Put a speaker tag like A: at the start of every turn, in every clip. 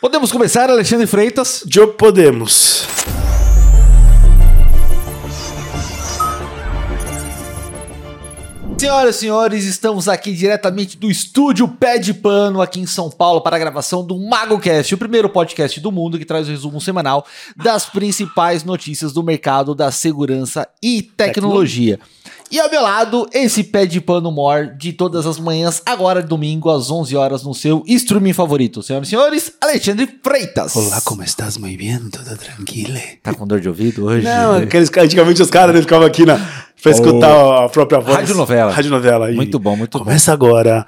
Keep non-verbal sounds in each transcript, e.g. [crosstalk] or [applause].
A: Podemos começar, Alexandre Freitas?
B: Joe Podemos.
A: Senhoras e senhores, estamos aqui diretamente do estúdio Pé de Pano, aqui em São Paulo, para a gravação do MagoCast, o primeiro podcast do mundo que traz o resumo semanal das principais notícias do mercado da segurança e tecnologia. E ao meu lado, esse pé de pano mor de todas as manhãs, agora domingo, às 11 horas, no seu streaming favorito. Senhoras e senhores, Alexandre Freitas.
B: Olá, como estás? Muito bem? Tudo tranquilo?
A: Tá com dor de ouvido hoje?
B: Não, aqueles, caras- antigamente os caras né, ficavam aqui na, pra escutar a própria voz.
A: Radionovela.
B: Radionovela. e-
A: Oh. Muito bom, muito
B: Começa agora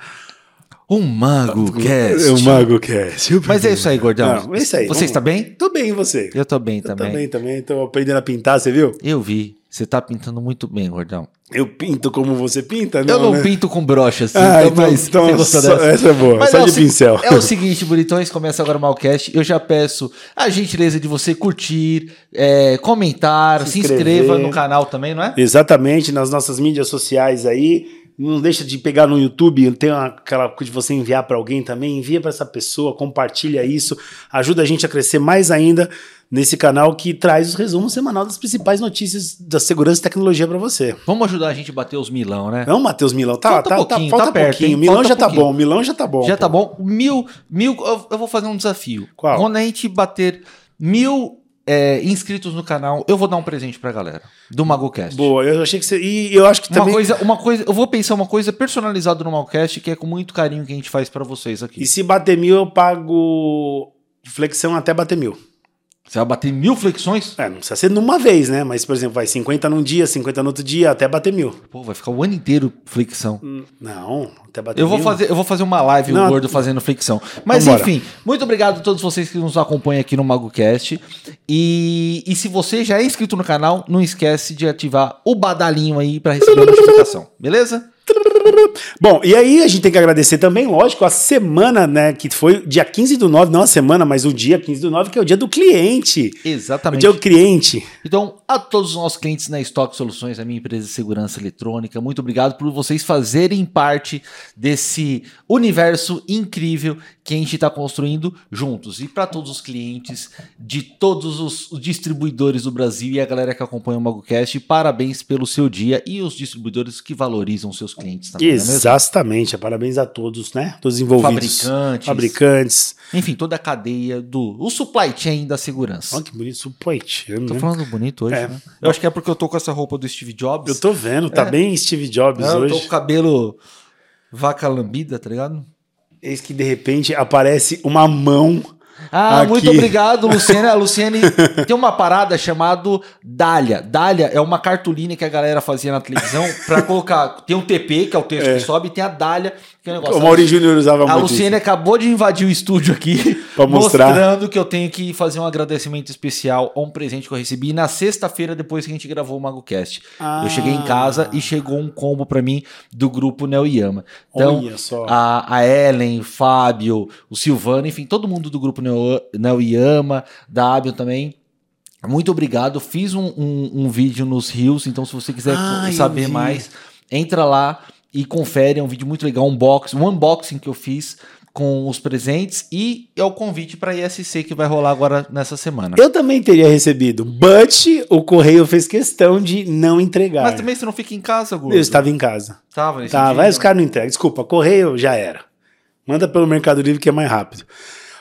A: bom. Um MagoCast.
B: o MagoCast.
A: Mas é isso aí, gordão.
B: Não, é isso aí,
A: Você
B: vamos
A: está
B: lá.
A: bem?
B: Tô bem, e você?
A: Eu tô bem também.
B: também, também. Tô aprendendo a pintar, você viu?
A: Eu vi. Você tá pintando muito bem, gordão.
B: Eu pinto como você pinta,
A: eu não
B: né?
A: pinto com brocha, assim,
B: Ah,
A: então,
B: então-
A: mas
B: então
A: você gostou
B: só-
A: dessa?
B: essa é boa, só
A: é o
B: de
A: se-
B: pincel.
A: É o seguinte, bonitões, começa agora o Malcast. Eu já peço a gentileza de você curtir, é, comentar,
B: Se
A: se, inscreva
B: inscrever.
A: no canal também, não é?
B: Exatamente, nas nossas mídias sociais aí. Não deixa de pegar no YouTube, tem uma- aquela coisa de você enviar para alguém também, envia para essa pessoa, compartilha isso, ajuda a gente a crescer mais ainda nesse canal que traz os resumos semanal das principais notícias da segurança e tecnologia para você.
A: Vamos ajudar a gente a bater os milão, né?
B: Não, Matheus Milão, tá,
A: Falta
B: tá, tá,
A: pouquinho,
B: falta
A: tá perto,
B: pouquinho.
A: hein?
B: Milão
A: Falta
B: já tá
A: pouquinho.
B: bom, Milão já tá bom.
A: já tá
B: pô.
A: bom? Mil, mil, eu, eu vou fazer um desafio.
B: Qual?
A: Quando a gente bater mil é, inscritos no canal, eu vou dar um presente pra galera do MagoCast.
B: Boa, eu achei que você. E eu acho que
A: Uma
B: também.
A: coisa, uma coisa, eu vou pensar uma coisa personalizada no Malcast, que é com muito carinho que a gente faz pra vocês aqui.
B: E se bater mil, eu pago flexão até bater mil.
A: Você vai bater mil flexões?
B: É, não precisa ser numa vez, né? Mas, por exemplo, vai 50 num dia, 50 no outro dia, até bater mil.
A: Pô, vai ficar o ano inteiro flexão.
B: Não, até bater
A: Eu vou
B: mil.
A: fazer, eu vou fazer uma live o
B: Não.
A: gordo fazendo flexão. Mas
B: Vambora.
A: enfim, muito obrigado a todos vocês que nos acompanham aqui no MagoCast. E, e se você já é inscrito no canal, não esquece de ativar o badalinho aí pra receber a notificação, beleza?
B: Bom, e aí a gente tem que agradecer também, lógico, a semana, né? Que foi dia 15 do 9, não a semana, mas o dia 15 do 9, que é o dia do cliente. O
A: Exatamente.
B: dia do cliente.
A: Então, a todos os nossos clientes na Stock Soluções, a minha empresa de segurança eletrônica, muito obrigado por vocês fazerem parte desse universo incrível que a gente está construindo juntos. E para todos os clientes de todos os distribuidores do Brasil e a galera que acompanha o MagoCast, parabéns pelo seu dia e os distribuidores que valorizam seus clientes também. não é mesmo?
B: Exatamente. Parabéns a todos, né? Todos os envolvidos.
A: Fabricantes,
B: Fabricantes.
A: enfim, toda a cadeia do o supply chain da segurança.
B: Olha que bonito, supply chain,
A: Tô
B: né?
A: falando bonito hoje,
B: É.
A: né? Eu acho que é porque eu tô com essa roupa do Steve Jobs.
B: Eu tô vendo, tá
A: É.
B: bem Steve Jobs
A: Não, eu tô com
B: hoje.
A: o cabelo vaca lambida, tá ligado?
B: Eis que de repente aparece uma mão
A: Ah,
B: Aqui.
A: muito obrigado, Luciene. A [laughs] Luciene tem uma parada chamada Dália. Dália é uma cartolina que a galera fazia na televisão pra colocar. Tem um TP, que é o texto que sobe, e tem a Dália, que é um negócio.
B: O Mauri Júnior usava
A: A
B: muito.
A: Luciene acabou de invadir o estúdio aqui,
B: Pra mostrar.
A: mostrando que eu tenho que fazer um agradecimento especial a um presente que eu recebi na sexta-feira depois que a gente gravou o MagoCast. Eu cheguei em casa e chegou um combo pra mim do grupo Neo Yama. Então,
B: Olha só.
A: A, a Ellen, o Fábio, o Silvano, enfim, todo mundo do grupo Neo, Neo Yama, da Abion também. Muito obrigado. Fiz um, um- um vídeo nos Rios, então se você quiser
B: Ah, eu
A: saber
B: vi.
A: mais, entra lá e confere. É um vídeo muito legal, um box, um unboxing que eu fiz com os presentes e é o convite para ISC que vai rolar agora nessa semana.
B: Eu também teria recebido, but o correio fez questão de não entregar.
A: Mas também você não fica em casa, Gordo?
B: Eu estava em casa.
A: Tava nesse
B: Tá,
A: dia,
B: vai, os
A: então.
B: caras não entregam. Desculpa, correio já era. Manda pelo Mercado Livre que é mais rápido.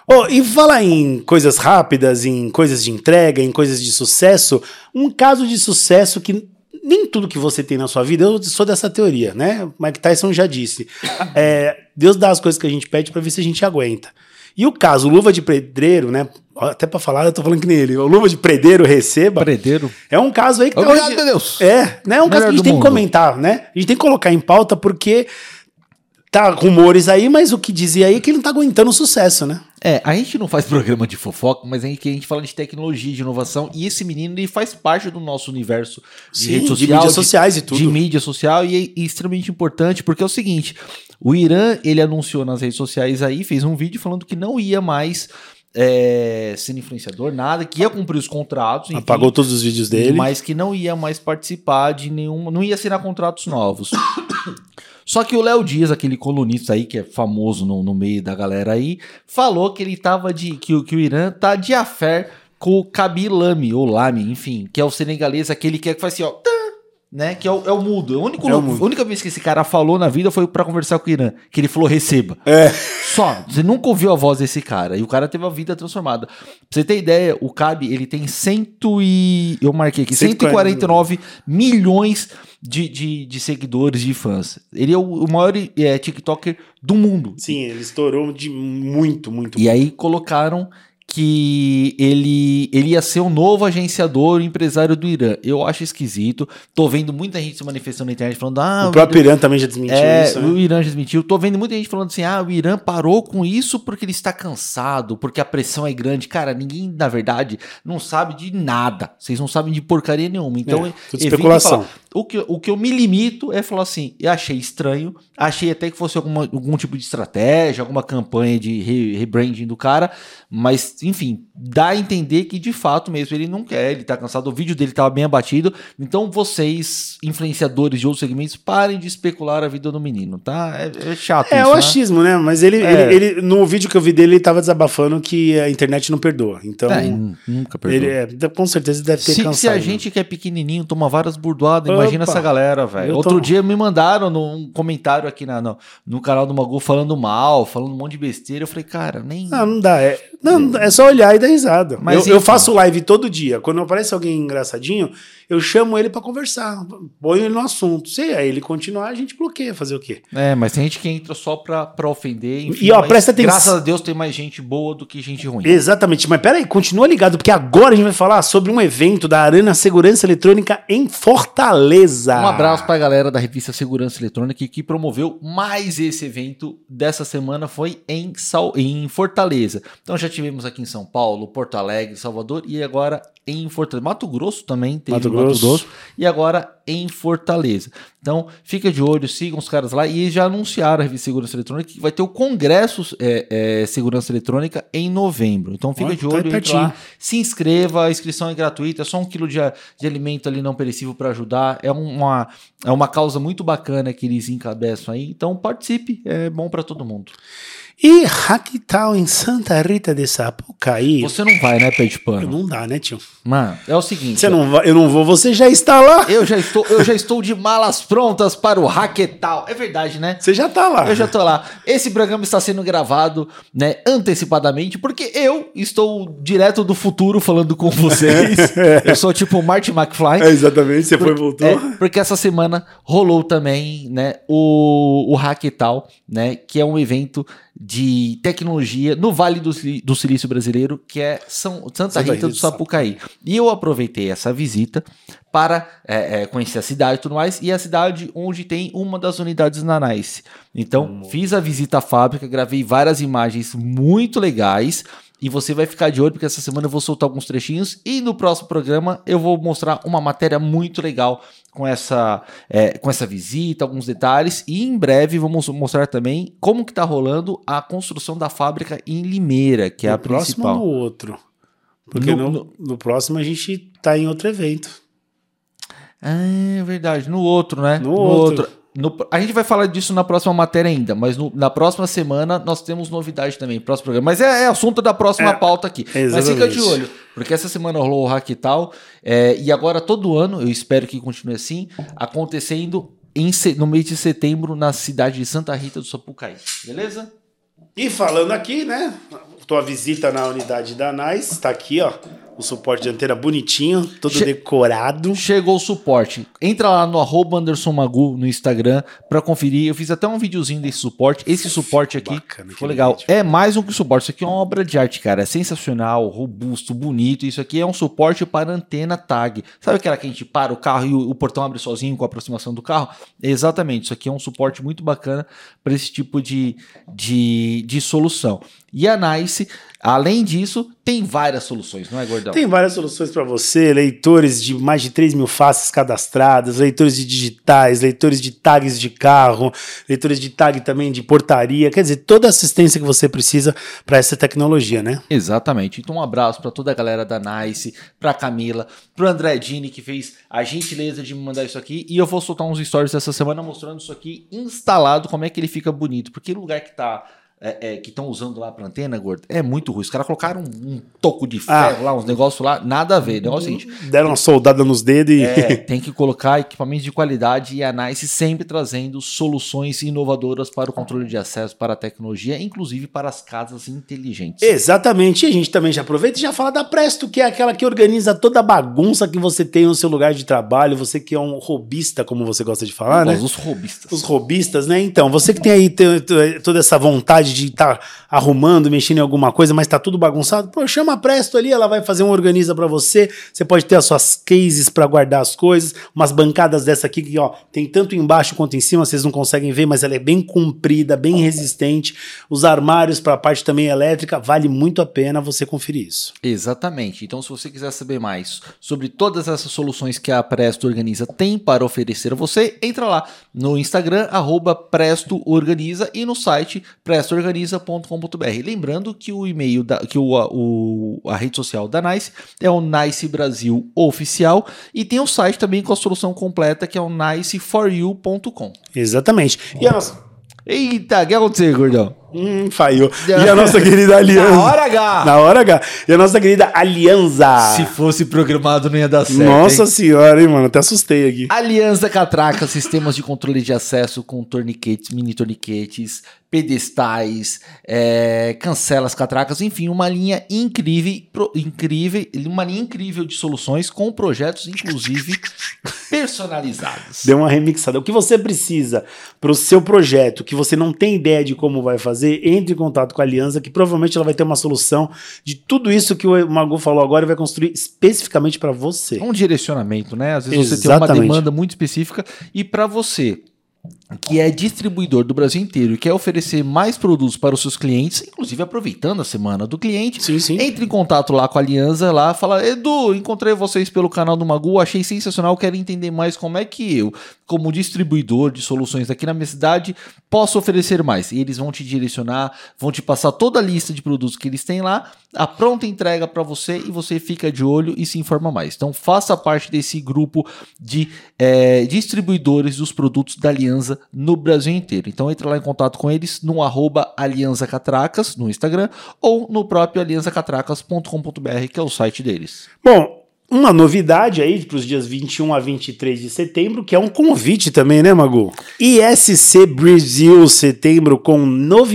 B: Ô, e falar em coisas rápidas, em coisas de entrega, em coisas de sucesso, um caso de sucesso que nem tudo que você tem na sua vida, eu sou dessa teoria, né? Mike Tyson já disse. É, Deus dá as coisas que a gente pede pra ver se a gente aguenta. E o caso, Luva de Pedreiro, né? Até pra falar, eu tô falando que nem ele. O Luva de Pedreiro receba.
A: Predeiro.
B: É um caso aí que tá
A: Obrigado,
B: hoje-
A: meu Deus.
B: é, né? É um caso que a
A: Melhor do
B: gente tem que
A: mundo.
B: comentar, né? A gente tem que colocar em pauta porque tá rumores aí, mas o que dizia aí é que ele não tá aguentando o sucesso, né?
A: É, a gente não faz [laughs] programa de fofoca, mas a gente, a gente fala de tecnologia, de inovação, e esse menino ele faz parte do nosso universo de rede social,
B: de mídias sociais e tudo.
A: de mídia social e, é extremamente importante, porque é o seguinte, o Irã, ele anunciou nas redes sociais aí, fez um vídeo falando que não ia mais é, ser influenciador, nada, que ia cumprir os contratos, enfim,
B: Apagou todos os vídeos dele.
A: mas que não ia mais participar de nenhum, não ia assinar contratos novos. [coughs] Só que o Léo Dias, aquele colunista aí que é famoso no, no meio da galera aí, falou que ele tava de que, o- que o Irã tá de afé com o Kabi Lame, ou Lame, enfim, que é o senegalês, aquele que, é, que faz assim, ó, tã, né? Que é o, é o mudo. O único,
B: É o mudo.
A: A única vez que esse cara falou na vida foi pra conversar com o Irã, que ele falou receba.
B: É.
A: Só, você nunca ouviu a voz desse cara. E o cara teve a vida transformada. Pra você ter ideia, o Cabe, ele tem cento e. Eu marquei aqui, 149 milhões de, de, de seguidores, de fãs. Ele é o, o maior é, TikToker do mundo.
B: Sim, ele estourou de muito, muito.
A: E aí colocaram que ele, ele ia ser o novo agenciador, empresário do Irã. Eu acho esquisito. Tô vendo muita gente se manifestando na internet falando. Ah,
B: o próprio Irã também já desmentiu
A: é,
B: isso. né?
A: o Irã já desmentiu. Tô vendo muita gente falando assim: ah, o Irã parou com isso porque ele está cansado, porque a pressão é grande. Cara, ninguém, na verdade, não sabe de nada. Vocês não sabem de porcaria nenhuma. Então,
B: É, tudo
A: evitem
B: especulação.
A: falar. O que, o que eu me limito é falar assim: eu achei estranho, achei até que fosse alguma- algum tipo de estratégia, alguma campanha de re- rebranding do cara, mas, enfim, dá a entender que de fato mesmo ele não quer, ele tá cansado, o vídeo dele tava bem abatido. Então vocês, influenciadores de outros segmentos, parem de especular a vida do menino, tá? É, é chato
B: É
A: isso,
B: o
A: né?
B: achismo, né? Mas ele,
A: É.
B: ele, ele- no vídeo que eu vi dele, ele tava desabafando que a internet não perdoa. Então,
A: É, nu- nunca perdoa.
B: ele é, com certeza deve ter
A: Se,
B: cansado. né?
A: se a gente que é pequenininho toma várias burdoadas,
B: Opa.
A: imagina essa galera, velho.
B: Eu
A: Outro
B: tomo.
A: dia me mandaram num comentário aqui na, no, no canal do Magu falando mal, falando um monte de besteira. Eu falei, cara, nem.
B: Não, não dá. É, não, não dá, é só olhar e dar risada.
A: Mas
B: eu, eu
A: enfim.
B: faço live todo dia. Quando aparece alguém engraçadinho, eu chamo ele pra conversar. Ponho ele no assunto. Se aí ele continuar, a gente bloqueia. Fazer o quê?
A: É, mas tem gente que entra só pra, pra ofender. enfim,
B: E, ó,
A: mas
B: presta atenção.
A: Graças a Deus tem mais gente boa do que gente ruim.
B: Exatamente. Mas peraí, continua ligado, porque agora a gente vai falar sobre um evento da Arena Segurança Eletrônica em Fortaleza.
A: Um abraço pra galera da revista Segurança Eletrônica que promoveu mais esse evento dessa semana foi em, Sal... em Fortaleza. Então já tivemos aqui em São Paulo, Porto Alegre, Salvador e agora em Fortaleza. Mato Grosso também teve
B: Mato
A: em Mato
B: Grosso.
A: Grosso e agora em Fortaleza. Então fica de olho, sigam os caras lá e eles já anunciaram a revista Segurança Eletrônica que vai ter o Congresso é, é, Segurança Eletrônica em novembro. Então fica
B: Olha,
A: de
B: tá
A: olho, entra
B: pertinho.
A: lá, se inscreva, a inscrição é gratuita, é só um quilo de, a- de alimento ali não perecível para ajudar. É uma, é uma causa muito bacana que eles encabeçam aí, então participe, é bom para todo mundo.
B: E Hacktown em Santa Rita de Sapucaí.
A: Você não vai, né, pé de pano?
B: Não dá, né, tio?
A: Mano, é o seguinte.
B: Você não vai, eu não vou, você já está lá.
A: Eu já, estou, eu já estou de malas prontas para o Raquetal. É verdade, né?
B: Você já tá lá.
A: Eu já tô lá. Esse programa está sendo gravado, né, antecipadamente, porque eu estou direto do futuro falando com vocês.
B: [laughs]
A: eu sou tipo o Marty McFly.
B: É, exatamente, você foi e voltou.
A: É, porque essa semana rolou também, né, o, o Hack e Tal, né, que é um evento de tecnologia no Vale do, Sil- do Silício Brasileiro, que é São, Santa, Rita, do Sapucaí. E eu aproveitei essa visita para é, é, conhecer a cidade e tudo mais, e é a cidade onde tem uma das unidades na NICE. Então, fiz a visita à fábrica, gravei várias imagens muito legais, e você vai ficar de olho, porque essa semana eu vou soltar alguns trechinhos. E no próximo programa eu vou mostrar uma matéria muito legal com essa, é, com essa visita, alguns detalhes. E em breve vamos mostrar também como que tá rolando a construção da fábrica em Limeira, que é a
B: no próximo ou
A: principal.
B: no outro. Porque
A: No-
B: no, no próximo a gente tá em outro evento.
A: Ah, é verdade. No outro, né?
B: No outro.
A: No pr- a gente vai falar disso na próxima matéria ainda, mas no- na próxima semana nós temos novidade também, próximo programa. Mas é, é assunto da próxima
B: É,
A: pauta aqui. Mas fica de
B: exatamente.
A: olho, porque essa semana rolou o Hack e Tal, é, e agora todo ano, eu espero que continue assim, acontecendo em se- no mês de setembro na cidade de Santa Rita do Sapucaí. Beleza?
B: E falando aqui, né? Tua visita na unidade da NICE, tá aqui, ó. O suporte de antena bonitinho, todo
A: Che- Então.
B: decorado.
A: Chegou o suporte. Entra lá no arroba Anderson Magu no Instagram pra conferir. Eu fiz até um videozinho desse suporte. Esse suporte aqui
B: Bacana
A: ficou
B: aquele
A: legal.
B: vídeo.
A: É mais um que suporte. Isso aqui é uma obra de arte, cara. É sensacional, robusto, bonito. Isso aqui é um suporte para antena tag. Sabe aquela que a gente para o carro e o, o portão abre sozinho com a aproximação do carro? Exatamente. Isso aqui é um suporte muito bacana para esse tipo de, de, de solução. E a Nice, além disso, tem várias soluções, não é, perdão.
B: Tem várias soluções para você, leitores de mais de 3 mil faces cadastradas, leitores de digitais, leitores de tags de carro, leitores de tag também de portaria, quer dizer, toda a assistência que você precisa para essa tecnologia, né?
A: Exatamente. Então, um abraço para toda a galera da Nice, pra Camila, pro André Dini, que fez a gentileza de me mandar isso aqui. E eu vou soltar uns stories essa semana mostrando isso aqui instalado, como é que ele fica bonito. Porque o lugar que tá. é, é, que estão usando lá pra antena, gordo, é muito ruim. Os caras colocaram um, um toco de
B: Ah.
A: ferro lá, uns negócios lá, nada a ver. O negócio é
B: [laughs]
A: o seguinte:
B: Deram uma soldada nos dedos e.
A: é, tem que colocar equipamentos de qualidade e a Nice sempre trazendo soluções inovadoras para o controle de acesso, para a tecnologia, inclusive para as casas inteligentes.
B: Exatamente, e a gente também já aproveita e já fala da Presto, que é aquela que organiza toda a bagunça que você tem no seu lugar de trabalho, você que é um robista, como você gosta de falar, né?
A: Os robistas.
B: Os robistas, né? Então, você que tem aí te- te- toda essa vontade de estar arrumando, mexendo em alguma coisa, mas tá tudo bagunçado, pô, chama a Presto ali, ela vai fazer um organiza pra você. Você pode ter as suas cases pra guardar as coisas, umas bancadas dessa aqui que, ó, tem tanto embaixo quanto em cima, vocês não conseguem ver, mas ela é bem comprida, bem resistente. Os armários pra parte também elétrica, vale muito a pena você conferir isso.
A: Exatamente. Então, se você quiser saber mais sobre todas essas soluções que a Presto Organiza tem para oferecer a você, entra lá no Instagram, arroba Presto Organiza e no site prestoorganiza.com.br. Lembrando que o e-mail, da, que o, a, o- a rede social da Nice é o Nice Brasil Oficial e tem o site também com a solução completa que é o niceforyou.com.
B: Exatamente. E a nossa.
A: Eita, o que aconteceu, gordão?
B: Hum,
A: [laughs]
B: falhou. E a nossa querida Alianza.
A: Na hora H!
B: Na hora H. E a nossa querida Alianza.
A: Se fosse programado, não ia
B: Tá
A: dar certo. hein?
B: Nossa senhora, hein, mano? Até assustei aqui.
A: Aliança Catraca, sistemas de controle de acesso com torniquetes, mini torniquetes, pedestais, é, cancelas catracas, enfim, uma linha incrível, pro- incrível, uma linha incrível de soluções com projetos, inclusive, personalizados.
B: Deu uma remixada. O que você precisa para o seu projeto, que você não tem ideia de como vai fazer, entre em contato com a Aliança, que provavelmente ela vai ter uma solução de tudo isso que o Magu falou agora e vai construir especificamente para você.
A: É um direcionamento, né? Às vezes você tem uma
B: Exatamente.
A: demanda muito específica e para você que é distribuidor do Brasil inteiro e quer oferecer mais produtos para os seus clientes, inclusive aproveitando a semana do cliente,
B: Sim, sim.
A: Entre em contato lá com a Alianza lá, fala: Edu, encontrei vocês pelo canal do Magu, achei sensacional, quero entender mais como é que eu, como distribuidor de soluções aqui na minha cidade, posso oferecer mais. E eles vão te direcionar, vão te passar toda a lista de produtos que eles têm lá, a pronta entrega para você e você fica de olho e se informa mais. Então faça parte desse grupo de eh, distribuidores dos produtos da Alianza no Brasil inteiro. Então entra lá em contato com eles no arroba Alianza Catracas no Instagram ou no próprio alianzacatracas.com.br, que é o site deles.
B: Bom, uma novidade aí para os dias 21 a 23 de setembro, que é um convite também, né, Magu? ISC Brasil setembro com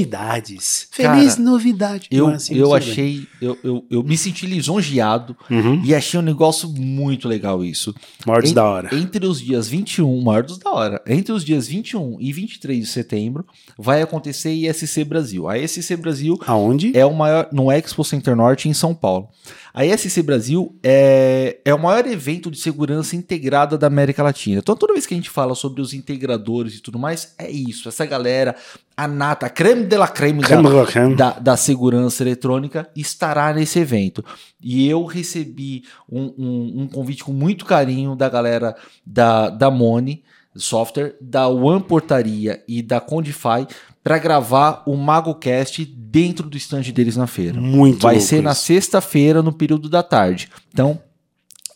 B: novidades.
A: Cara,
B: Feliz novidade.
A: Eu,
B: Não é assim,
A: eu
B: tudo bem.
A: achei, eu, eu, eu me senti lisonjeado
B: Uhum.
A: e achei um negócio muito legal isso.
B: Mortes
A: Em-
B: da hora.
A: Entre os dias 21, maior dos da hora, entre os dias 21 e 23 de setembro, vai acontecer ISC Brasil. A ISC Brasil
B: Aonde?
A: é o maior no Expo Center Norte em São Paulo. A ISC Brasil é, é o maior evento de segurança integrada da América Latina. Então, toda vez que a gente fala sobre os integradores e tudo mais, é isso. Essa galera, a nata, a creme de la creme da,
B: Câmara, câmara.
A: da, da segurança eletrônica estará nesse evento. E eu recebi um, um- um convite com muito carinho da galera da, da Mone Software, da One Portaria e da Condify para gravar o MagoCast dentro do stand deles na feira.
B: Muito
A: Vai
B: louco
A: ser na
B: isso.
A: sexta-feira, no período da tarde. Então,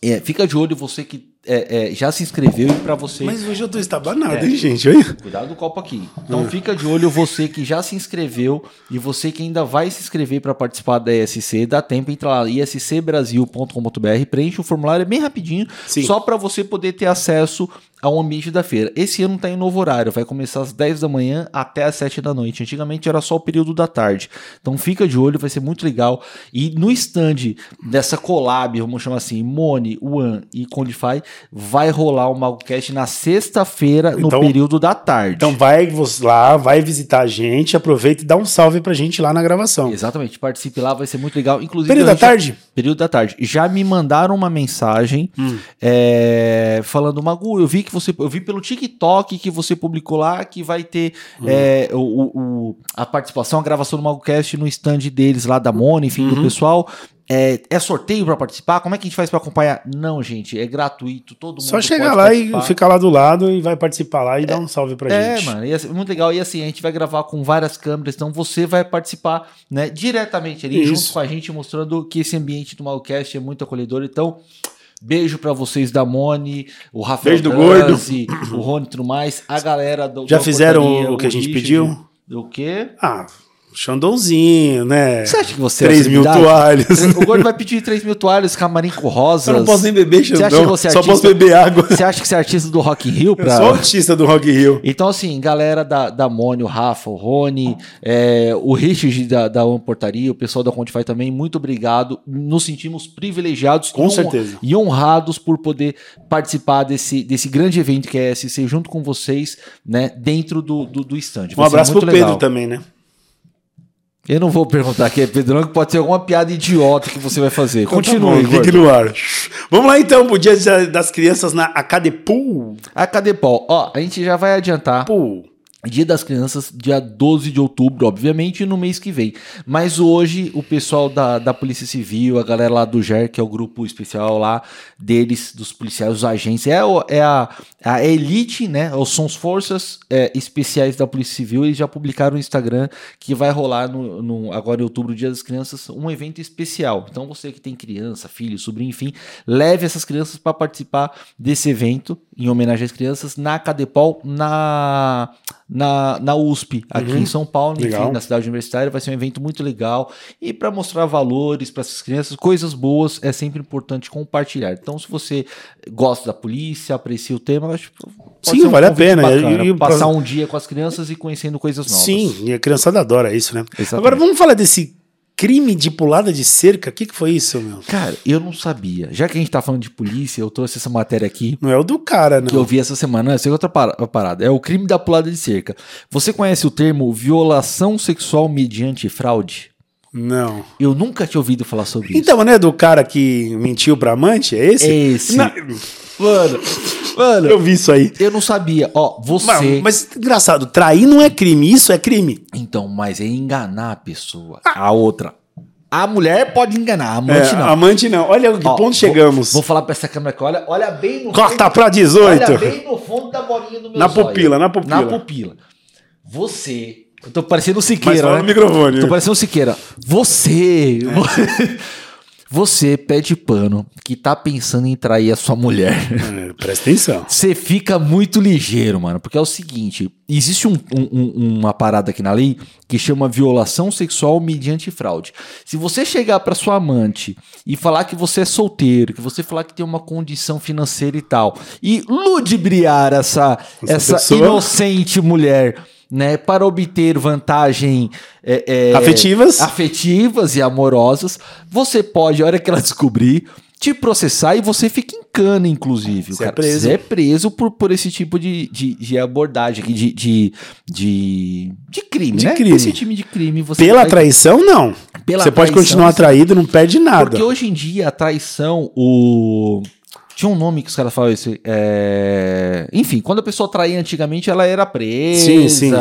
A: é, fica de olho você que é, é, já se inscreveu e para você.
B: Mas hoje eu tô estabanado,
A: É.
B: hein, gente? Olha.
A: Cuidado do copo aqui. Então fica de olho você que já se inscreveu e você que ainda vai se inscrever para participar da ESC, dá tempo, entra lá iscbrasil.com.br, preenche o formulário é bem rapidinho,
B: Sim.
A: só para você poder ter acesso ao ambiente da feira. Esse ano tá em novo horário, vai começar às 10 da manhã até às 7 da noite. Antigamente era só o período da tarde. Então fica de olho, vai ser muito legal. E no stand dessa collab, vamos chamar assim, Mone, One e Condify, vai rolar o MagoCast na sexta-feira, no
B: Então-
A: período da tarde.
B: Então vai você lá, vai visitar a gente, aproveita e dá um salve pra gente lá na gravação. Então,
A: Exatamente, participe lá, vai ser muito legal. Inclusive,
B: Período da
A: a gente-
B: tarde?
A: período da tarde. Já me mandaram uma mensagem
B: Hum.
A: é, falando, Magu, eu vi que você. Eu vi pelo TikTok que você publicou lá que vai ter
B: Hum.
A: é, o, o- o- a participação, a gravação do MagoCast no stand deles lá da Mona, enfim, do
B: Uhum.
A: pessoal. É, é sorteio pra participar? Como é que a gente faz pra acompanhar? Não, gente, é gratuito, todo mundo
B: Só chegar
A: pode
B: lá
A: participar.
B: e ficar lá do lado e vai participar lá e dar um salve pra
A: É,
B: gente.
A: mano, ia ser muito legal. E assim, a gente vai gravar com várias câmeras, então você vai participar, né, diretamente ali,
B: Isso.
A: junto com a gente, mostrando que esse ambiente do Malcast é muito acolhedor. Então, beijo pra vocês da Moni, o Rafael
B: Beijo do
A: Granzi, o Rony e tudo mais, a galera do
B: Já
A: da
B: fizeram
A: portaria,
B: o que a gente
A: Richard,
B: pediu?
A: O quê?
B: Ah, Xandãozinho, né?
A: Você acha que você é
B: 3 mil
A: celebridade?
B: toalhas.
A: O Gordo vai pedir 3 mil toalhas, camarim com rosas.
B: Eu não posso nem beber,
A: Você acha que
B: Xandão.
A: você é
B: Só posso
A: artista?
B: beber água.
A: Você acha que você é artista do Rock in Rio?
B: Eu sou autista do Rock in Rio.
A: Então, assim, galera da, da Moni, o Rafa, o Rony, é, o Richard da, da One Portaria, o pessoal da Quantify também, muito obrigado. Nos sentimos privilegiados
B: Com
A: e hon-
B: certeza.
A: e honrados por poder participar desse, desse grande evento que é SC junto com vocês, né, dentro do, do, do stand.
B: Um
A: Vai ser
B: abraço pro
A: muito
B: Pedro
A: legal.
B: também, né?
A: Eu não vou perguntar aqui, é Pedrão, que pode ser alguma piada idiota que você vai fazer. Continue,
B: Então tá bom,
A: Igor.
B: fique no ar. Vamos lá então pro Dia das Crianças na Acadepul.
A: A Cadepol, Ah, ó, a gente já vai adiantar.
B: Pul.
A: Dia das Crianças, dia 12 de outubro, obviamente, no mês que vem. Mas hoje, o pessoal da, da Polícia Civil, a galera lá do GER, que é o grupo especial lá deles, dos policiais, os agentes, é, o- é a, a elite, né? Ou São as forças é, especiais da Polícia Civil. Eles já publicaram no Instagram que vai rolar no, no- agora em outubro, Dia das Crianças, um evento especial. Então, você que tem criança, filho, sobrinho, enfim, leve essas crianças para participar desse evento em homenagem às crianças na Cadepol, na na, na USP, aqui
B: Uhum.
A: em São Paulo, enfim,
B: Legal.
A: na cidade universitária. Vai ser um evento muito legal. E para mostrar valores para essas crianças, coisas boas, é sempre importante compartilhar. Então, se você gosta da polícia, aprecia o tema, eu acho que pode
B: Sim,
A: ser um
B: vale a
A: convite
B: pena.
A: bacana,
B: E- e-
A: passar um dia com as crianças e conhecendo coisas novas.
B: Sim, e a criançada adora isso, né?
A: Exatamente.
B: Agora vamos falar desse crime de pulada de cerca. O que, que foi isso, meu?
A: Cara, eu não sabia. Já que a gente tá falando de polícia, eu trouxe essa matéria aqui.
B: Não é o do cara,
A: que eu
B: não.
A: vi essa semana. Essa é outra para- parada. É o crime da pulada de cerca. Você conhece o termo violação sexual mediante fraude?
B: Não.
A: Eu nunca tinha ouvido falar sobre isso.
B: Então, né, do cara que mentiu pra amante? É esse?
A: Esse.
B: Na-
A: Mano, mano, eu,
B: Eu vi isso aí.
A: não sabia. Ó, você.
B: Mas, mas, engraçado, trair não é crime, isso é crime.
A: Então, mas é enganar a pessoa. A outra. A mulher pode enganar, a amante
B: É,
A: não.
B: Amante não. Olha que
A: Ó,
B: ponto
A: vou-
B: chegamos.
A: Vou falar pra essa câmera aqui. Olha, olha bem no
B: Corta pra
A: olha
B: 18.
A: bem no fundo da bolinha do meu
B: Na
A: zóio.
B: pupila, na pupila.
A: Na pupila. Você. Eu tô parecendo o
B: Mas
A: Siqueira,
B: fala
A: né?
B: no microfone.
A: Tô parecendo o Siqueira. Você.
B: É.
A: [laughs] Você pede pano que tá pensando em trair a sua mulher.
B: É, presta atenção.
A: Você fica muito ligeiro, mano. Porque é o seguinte: existe um- um- um- uma parada aqui na lei que chama violação sexual mediante fraude. Se você chegar pra sua amante e falar que você é solteiro, que você falar que tem uma condição financeira e tal, e ludibriar essa, essa,
B: Essa pessoa.
A: inocente mulher. Né, para obter vantagem é, é,
B: Afetivas?
A: afetivas e amorosas, você pode, a hora que ela descobrir, te processar e você fica em cana, inclusive.
B: Você é
A: cara.
B: preso.
A: Você é preso por, por esse tipo de, de, de abordagem, aqui, de, de, de, de crime,
B: De
A: né?
B: crime.
A: Esse time de crime. Você
B: Pela
A: vai-
B: traição, não.
A: pela
B: Você pode
A: traição,
B: continuar traído, não perde nada.
A: Porque hoje em dia a traição, o. Tinha um nome que os caras falam isso. é, Enfim, quando a pessoa traía antigamente, ela era presa,
B: Sim, sim.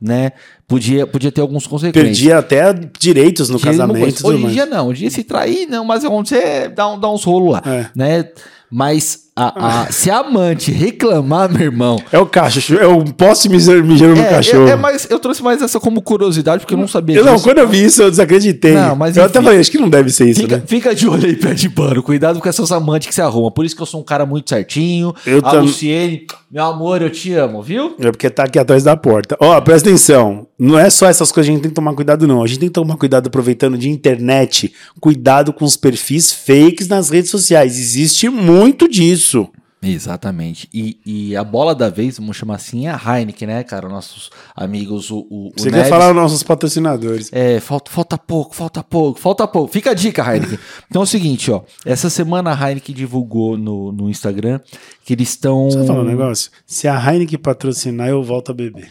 A: né? Podia, podia ter alguns consequências.
B: Perdia até direitos no
A: Tinha alguma
B: casamento. e
A: coisa.
B: tudo
A: Hoje em
B: mais.
A: dia não, hoje em dia se trair, não, mas é onde você dá, um- dá uns rolos lá,
B: É.
A: né? Mas a-
B: Ah.
A: a- se a amante reclamar, meu irmão.
B: É o cachorro, é o poste miser- mijando no
A: É,
B: cachorro.
A: é, é mais, eu trouxe mais essa como curiosidade, porque eu não sabia
B: Eu não,
A: disso.
B: quando eu vi isso, eu desacreditei.
A: Não, mas
B: eu
A: enfim.
B: até falei, acho que não deve ser isso,
A: Fica,
B: né?
A: fica de olho aí, pé de pano. Cuidado com essas amantes que se arrumam. Por isso que eu sou um cara muito certinho.
B: Eu
A: a
B: tam-
A: Luciene, meu amor, eu te amo, viu?
B: É porque tá aqui atrás da porta. Ó, presta atenção. Não é só essas coisas que a gente tem que tomar cuidado, não. A gente tem que tomar cuidado aproveitando de internet. Cuidado com os perfis fakes nas redes sociais. Existe muito disso.
A: Exatamente. E, e a bola da vez, vamos chamar assim, é a Heineken, né, cara? Nossos amigos, o, o, o
B: Você quer
A: Neves.
B: falar os nossos patrocinadores.
A: É, falta, falta pouco, falta pouco, falta pouco. Fica a dica, Heineken. Então é o seguinte, ó. Essa semana a Heineken divulgou no, no Instagram que eles estão.
B: Deixa eu falar um negócio. Se a Heineken patrocinar, eu volto a beber.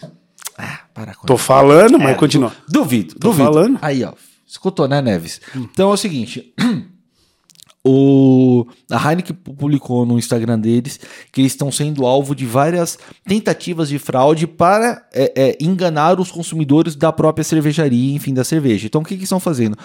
A: Ah, para com
B: Tô falando, mas
A: É,
B: continua.
A: Duvido,
B: Tô
A: duvido.
B: falando. Hum.
A: Aí, ó. Escutou, né, Neves? Então é o seguinte. [clears throat] O, a Heineken publicou no Instagram deles que eles estão sendo alvo de várias tentativas de fraude para é, é, enganar os consumidores da própria cervejaria, enfim, da cerveja. Então, o que, que estão fazendo?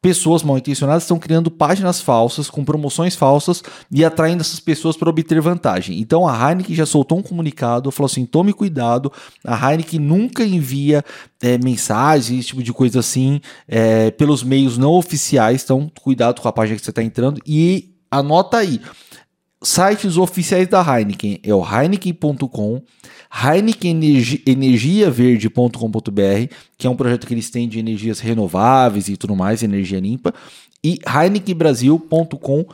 A: Pessoas mal intencionadas estão criando páginas falsas, com promoções falsas e atraindo essas pessoas para obter vantagem. Então a Heineken já soltou um comunicado, falou assim: tome cuidado, a Heineken nunca envia é, mensagens, esse tipo de coisa assim, é, pelos meios não oficiais, então cuidado com a página que você está entrando e anota aí. Sites oficiais da Heineken é o heineken.com, heinekenenergiaverde.com.br, que é um projeto que eles têm de energias renováveis e tudo mais, energia limpa, e heinekenbrasil.com.br.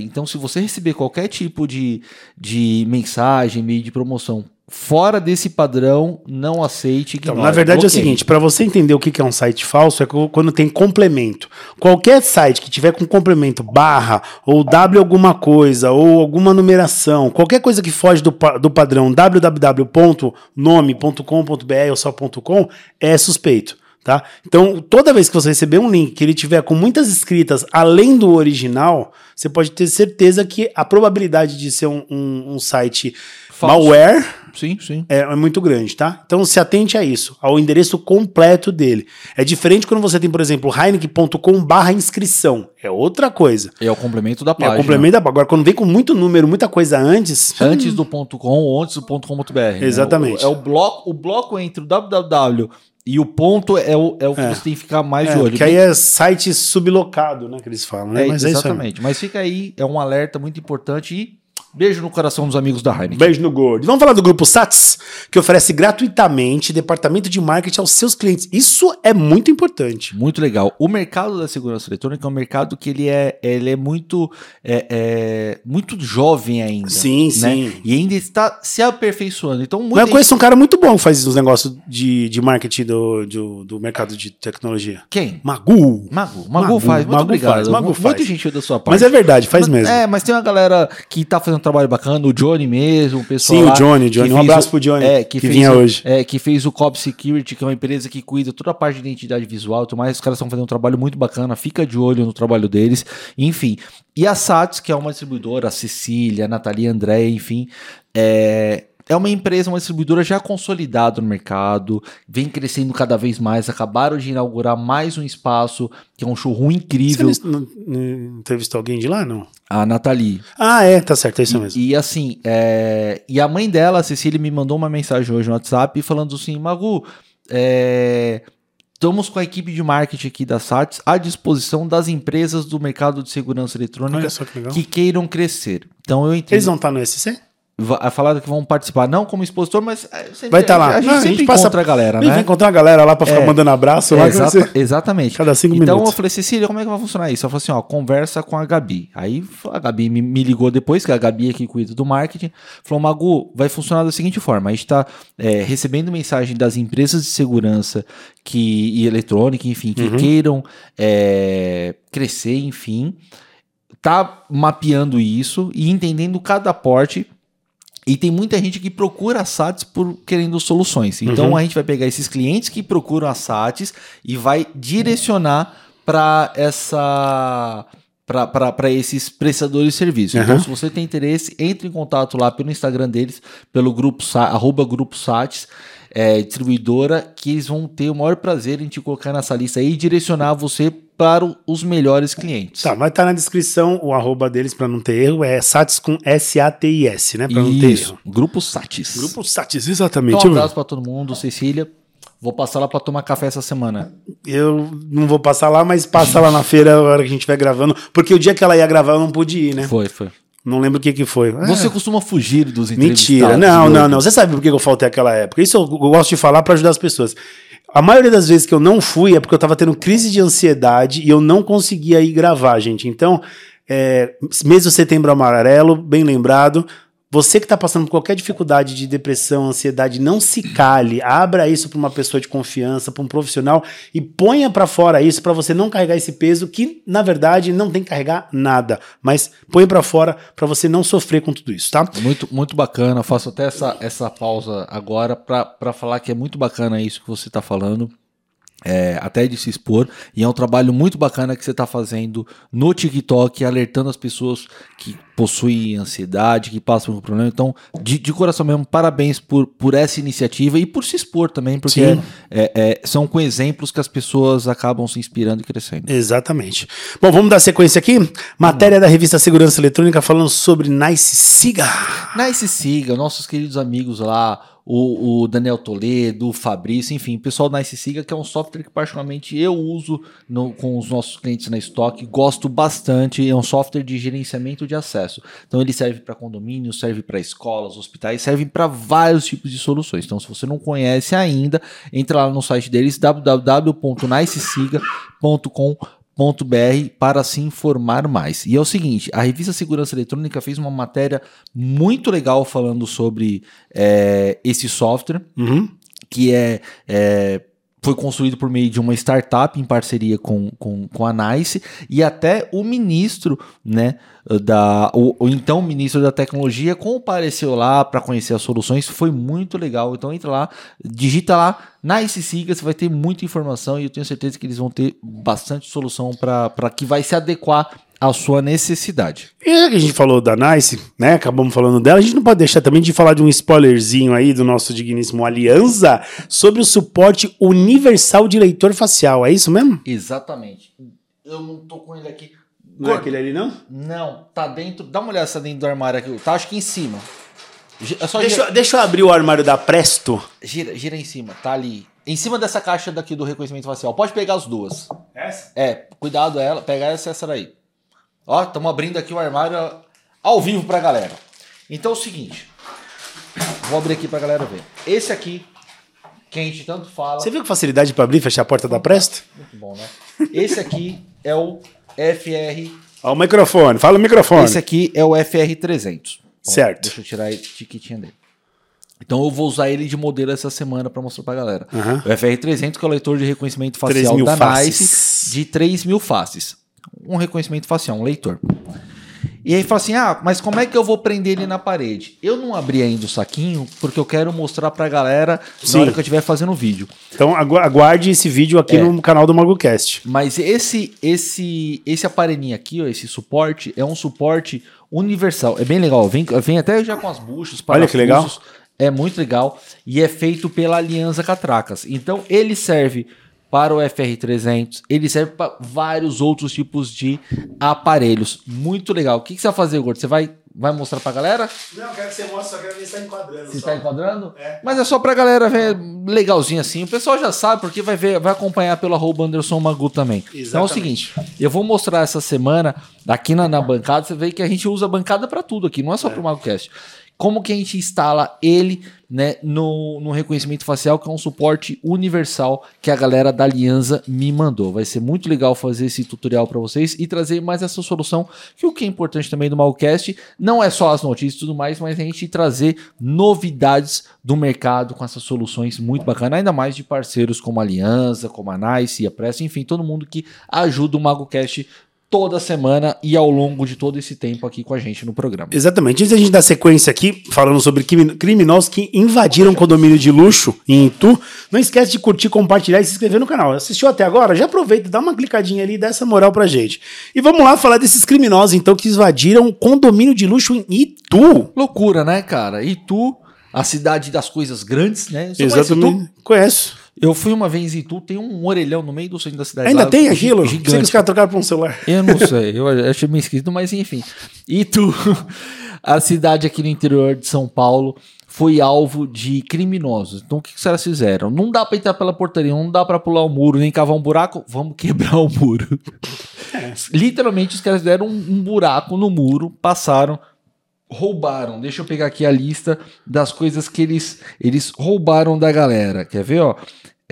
A: Então, se você receber qualquer tipo de, de mensagem, meio de promoção fora desse padrão, não aceite.
B: Então,
A: Ignore.
B: na verdade é o
A: Bloqueie.
B: seguinte, para você entender o que que é um site falso, é co- quando tem complemento. Qualquer site que tiver com complemento barra ou W alguma coisa ou alguma numeração, qualquer coisa que foge do, pa- do padrão www.nome.com.br ou só ponto .com é suspeito. Tá? Então, toda vez que você receber um link que ele tiver com muitas escritas além do original, você pode ter certeza que a probabilidade de ser um, um- um site
A: Falso.
B: malware
A: Sim, sim.
B: é, é muito grande, tá? Então se atente a isso, ao endereço completo dele. É diferente quando você tem, por exemplo, heineken.com barra inscrição. É outra coisa.
A: É o complemento da
B: É
A: página.
B: o complemento da... Agora, quando vem com muito número, muita coisa antes...
A: antes do ponto .com ou antes do ponto .com.br. né?
B: Exatamente.
A: O- É o bloco, o bloco entre o www e o ponto é o, é o que
B: É.
A: você tem que ficar mais
B: É,
A: de olho.
B: porque aí é site sublocado, né? Que eles falam, né?
A: É,
B: Mas é isso aí.
A: exatamente. Mas fica aí, é um alerta muito importante e beijo no coração dos amigos da Heineken.
B: Beijo no gordo. Vamos falar do grupo Sats, que oferece gratuitamente departamento de marketing aos seus clientes. Isso é muito importante.
A: Muito legal. O mercado da segurança eletrônica é um mercado que ele é, ele é muito, é, é, muito jovem ainda.
B: Sim,
A: né?
B: sim.
A: E ainda está se aperfeiçoando. Então,
B: Mas
A: muita
B: eu conheço um cara muito bom que faz os negócios de, de marketing do, do, do mercado de tecnologia.
A: Quem?
B: Magu.
A: Mago. Mago,
B: Magu,
A: faz. Muito
B: Magu
A: obrigado.
B: faz, Magu
A: muito
B: faz.
A: gentil da sua parte.
B: Mas é verdade, faz
A: Mas-
B: mesmo.
A: É, mas tem uma galera que tá fazendo um trabalho bacana, o Johnny mesmo, o pessoal.
B: Sim,
A: lá
B: o Johnny, o
A: que
B: Johnny. Um
A: fez
B: abraço
A: o-
B: pro Johnny,
A: é, que,
B: que
A: fez
B: vinha
A: o-
B: hoje.
A: É, que fez o Cop Security, que é uma empresa que cuida toda a parte de identidade visual e tudo mais. Os caras estão fazendo um trabalho muito bacana, fica de olho no trabalho deles, enfim. E a Sats, que é uma distribuidora, a Cecília, a Natalia André, enfim. É, é uma empresa, uma distribuidora já consolidada no mercado, vem crescendo cada vez mais. Acabaram de inaugurar mais um espaço, que é um showroom
B: Você
A: incrível.
B: não, não entrevistou alguém de lá, não?
A: A Nathalie.
B: Ah, é, tá certo, é isso mesmo.
A: E assim, é, e a mãe dela, a Cecília, me mandou uma mensagem hoje no WhatsApp falando assim: Magu, é, estamos com a equipe de marketing aqui da SATS à disposição das empresas do mercado de segurança eletrônica
B: Olha só que legal.
A: que queiram crescer. Então eu entendo.
B: Eles vão estar no SC?
A: Va- Falaram que vão participar, não como expositor, mas é, sempre-
B: Vai estar lá.
A: A gente
B: Não,
A: sempre
B: passa-
A: encontra a galera,
B: Eles vão
A: né?
B: encontrar uma galera lá pra ficar
A: É.
B: mandando abraço lá.
A: É,
B: que vai
A: exata-
B: ser
A: exatamente.
B: Cada cinco
A: então eu
B: minutos.
A: falei, Cecília, como é que vai funcionar isso? Ela falou assim, ó, conversa com a Gabi. Aí a Gabi me, me ligou depois, que a Gabi é que cuida do marketing. Falou, Magu, vai funcionar da seguinte forma. A gente tá é, recebendo mensagem das empresas de segurança que, e eletrônica, enfim, que
B: Uhum.
A: queiram é, crescer, enfim. Tá mapeando isso e entendendo cada porte e tem muita gente que procura a SATs por querendo soluções. Então
B: Uhum.
A: a gente vai pegar esses clientes que procuram a SATs e vai direcionar para essa para esses prestadores de serviço. Então,
B: Uhum.
A: se você tem interesse, entre em contato lá pelo Instagram deles, pelo grupo Sa- arroba grupo Sates, é, distribuidora, que eles vão ter o maior prazer em te colocar nessa lista aí e direcionar você para o- os melhores clientes.
B: Tá, vai estar na descrição o arroba deles pra não ter erro. É Sats com S-A-T-I-S, né? Pra não ter
A: Isso,
B: erro.
A: grupo Sates.
B: Grupo Sats, exatamente.
A: Então, um
B: Eu-
A: abraço pra todo mundo, Cecília. Vou passar lá pra tomar café essa semana.
B: Eu não vou passar lá, mas passa lá na feira a hora que a gente vai gravando. Porque o dia que ela ia gravar eu não pude ir, né?
A: Foi, foi.
B: Não lembro o que que foi. É.
A: Você costuma fugir dos entrevistados.
B: Mentira. Não,
A: Diogo.
B: não, não. Você sabe por que eu faltei aquela época? Isso eu gosto de falar pra ajudar as pessoas. A maioria das vezes que eu não fui é porque eu tava tendo crise de ansiedade e eu não conseguia ir gravar, gente. Então, é, mês do setembro amarelo, bem lembrado. Você que tá passando por qualquer dificuldade de depressão, ansiedade, não se cale. Abra isso pra uma pessoa de confiança, pra um profissional e ponha pra fora isso pra você não carregar esse peso que, na verdade, não tem que carregar nada. Mas põe pra fora pra você não sofrer com tudo isso, tá?
A: Muito, muito bacana. Eu faço até essa, essa pausa agora pra pra falar que é muito bacana isso que você tá falando. é, até de se expor. E é um trabalho muito bacana que você está fazendo no TikTok, alertando as pessoas que possuem ansiedade, que passam por problema. Então, de, de coração mesmo, parabéns por, por essa iniciativa e por se expor também, porque
B: Sim.
A: é, é, são com exemplos que as pessoas acabam se inspirando e crescendo.
B: Exatamente. Bom, vamos dar sequência aqui? Matéria da revista Segurança Eletrônica falando sobre Nice Cigar.
A: Nice Siga, nossos queridos amigos lá, o, o Daniel Toledo, o Fabrício, enfim, o pessoal do Nice Siga, que é um software que particularmente eu uso no- com os nossos clientes na estoque, gosto bastante, é um software de gerenciamento de acesso. Então ele serve para condomínios, serve para escolas, hospitais, serve para vários tipos de soluções. Então se você não conhece ainda, entra lá no site deles, www.nicesiga.com.br para se informar mais. E é o seguinte, a revista Segurança Eletrônica fez uma matéria muito legal falando sobre é, esse software
B: Uhum.
A: que é, é, foi construído por meio de uma startup em parceria com, com, com a Nice e até o ministro, né, da, o, o então ministro da tecnologia compareceu lá para conhecer as soluções, foi muito legal. Então entra lá, digita lá Nice Siga, você vai ter muita informação e eu tenho certeza que eles vão ter bastante solução para que vai se adequar à sua necessidade.
B: E já que a gente falou da Nice, né? Acabamos falando dela, a gente não pode deixar também de falar de um spoilerzinho aí do nosso digníssimo Aliança sobre o suporte universal de leitor facial. É isso mesmo?
A: Exatamente. Eu não tô com ele aqui.
B: ali, não? é
A: Não, tá dentro. Dá uma olhada se tá dentro do armário aqui. Tá, acho que em cima. Gi- É só
B: Deixa,
A: gira,
B: eu- deixa eu abrir o armário da Presto.
A: gira, gira em cima, tá ali. Em cima dessa caixa daqui do reconhecimento facial. Pode pegar as duas.
B: Essa?
A: É, cuidado ela, pega essa e essa daí. Ó, estamos abrindo aqui o armário ao vivo pra galera. Então é o seguinte. Vou abrir aqui pra galera ver. Esse aqui, que a gente tanto fala.
B: Você viu que facilidade pra abrir e fechar a porta da Presto?
A: Muito bom, né? Esse aqui é o FR.
B: Ó, o microfone, fala o microfone.
A: Esse aqui é o FR300. Bom,
B: Certo.
A: Deixa eu tirar a etiquetinha dele. Então eu vou usar ele de modelo essa semana pra mostrar pra galera.
B: Aham.
A: O FR300, que é o leitor de reconhecimento
B: 3
A: facial
B: mil
A: da
B: faces.
A: NICE, de 3 mil faces. Um reconhecimento facial, um leitor. E aí fala assim, ah, mas como é que eu vou prender ele na parede? Eu não abri ainda o saquinho, porque eu quero mostrar pra galera
B: Sim.
A: na hora que eu estiver fazendo o vídeo.
B: Então agu- aguarde esse vídeo aqui no canal do MagoCast.
A: Mas esse esse esse aparelhinho aqui, ó, esse suporte, é um suporte universal. É bem legal. Vem, vem até já com as buchas.
B: Olha que legal.
A: parafusos. É muito legal. E é feito pela Aliança Catracas. Então ele serve para o FR300, ele serve para vários outros tipos de aparelhos. Muito legal. O que, que você vai fazer, Gordo? Você vai, vai mostrar pra galera?
B: Não, quero que você mostre, só quero ver se tá enquadrando.
A: Você está enquadrando?
B: É.
A: Mas é só pra galera ver legalzinho assim. O pessoal já sabe, porque vai ver, vai acompanhar pelo arroba Anderson Magu também. Então é o
B: Exatamente.
A: seguinte, eu vou mostrar essa semana, aqui na, na bancada, você vê que a gente usa a bancada pra tudo aqui, não é só pro MagoCast. Como que a gente instala ele né, no, no reconhecimento facial, que é um suporte universal que a galera da Alianza me mandou. Vai ser muito legal fazer esse tutorial pra vocês e trazer mais essa solução, que o que é importante também do Malcast não é só as notícias e tudo mais, mas a gente trazer novidades do mercado com essas soluções muito bacanas, ainda mais de parceiros como a Alianza, como a Nice, a Pressa, enfim, todo mundo que ajuda o MagoCast toda semana e ao longo de todo esse tempo aqui com a gente no programa.
B: Exatamente. Antes da gente dar sequência aqui, falando sobre crimi- criminosos que invadiram condomínio de luxo em Itu, não esquece de curtir, compartilhar e se inscrever no canal. Assistiu até agora? Já aproveita, dá uma clicadinha ali e dá essa moral pra gente. E vamos lá falar desses criminosos, então, que invadiram condomínio de luxo em Itu.
A: Loucura, né, cara? E tu, a cidade das coisas grandes, né? Você conhece Itu?
B: Exatamente. Conheço.
A: Eu fui uma vez em Itu, tem um orelhão no meio do centro da cidade.
B: Ainda
A: lá,
B: tem
A: gi-
B: aquilo? Sei que
A: Gigante.
B: os caras trocaram pra um celular.
A: Eu não sei, eu achei meio esquisito, mas enfim. E tu, a cidade aqui no interior de São Paulo foi alvo de criminosos. Então o que, que os caras fizeram? Não dá pra entrar pela portaria, não dá pra pular o muro, nem cavar um buraco, vamos quebrar o muro. Literalmente os caras fizeram um, um buraco no muro, passaram, roubaram. Deixa eu pegar aqui a lista das coisas que eles, eles roubaram da galera. Quer ver, ó?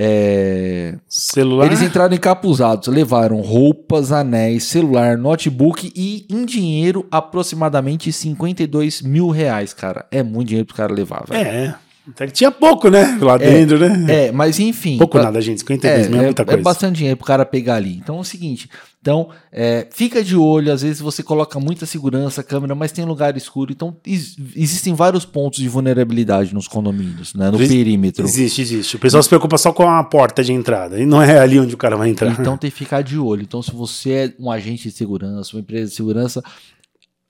A: É...
B: Celular?
A: Eles entraram encapuzados, levaram roupas, anéis, celular, notebook e em dinheiro aproximadamente 52 mil reais, cara. É muito dinheiro pro cara levar, velho.
B: É. Até que tinha pouco, né? Lá dentro, né?
A: É, mas enfim.
B: Pouco
A: pra-
B: nada, gente.
A: É,
B: 52 mil é, muita
A: é
B: coisa.
A: bastante dinheiro pro cara pegar ali. Então é o seguinte: então, é, fica de olho, às vezes você coloca muita segurança, câmera, mas tem lugar escuro. Então, ex- existem vários pontos de vulnerabilidade nos condomínios, né? No
B: Existe-
A: perímetro.
B: Existe, existe. O pessoal se preocupa só com a porta de entrada. E não é ali onde o cara vai entrar.
A: Então tem que ficar de olho. Então, se você é um agente de segurança, uma empresa de segurança,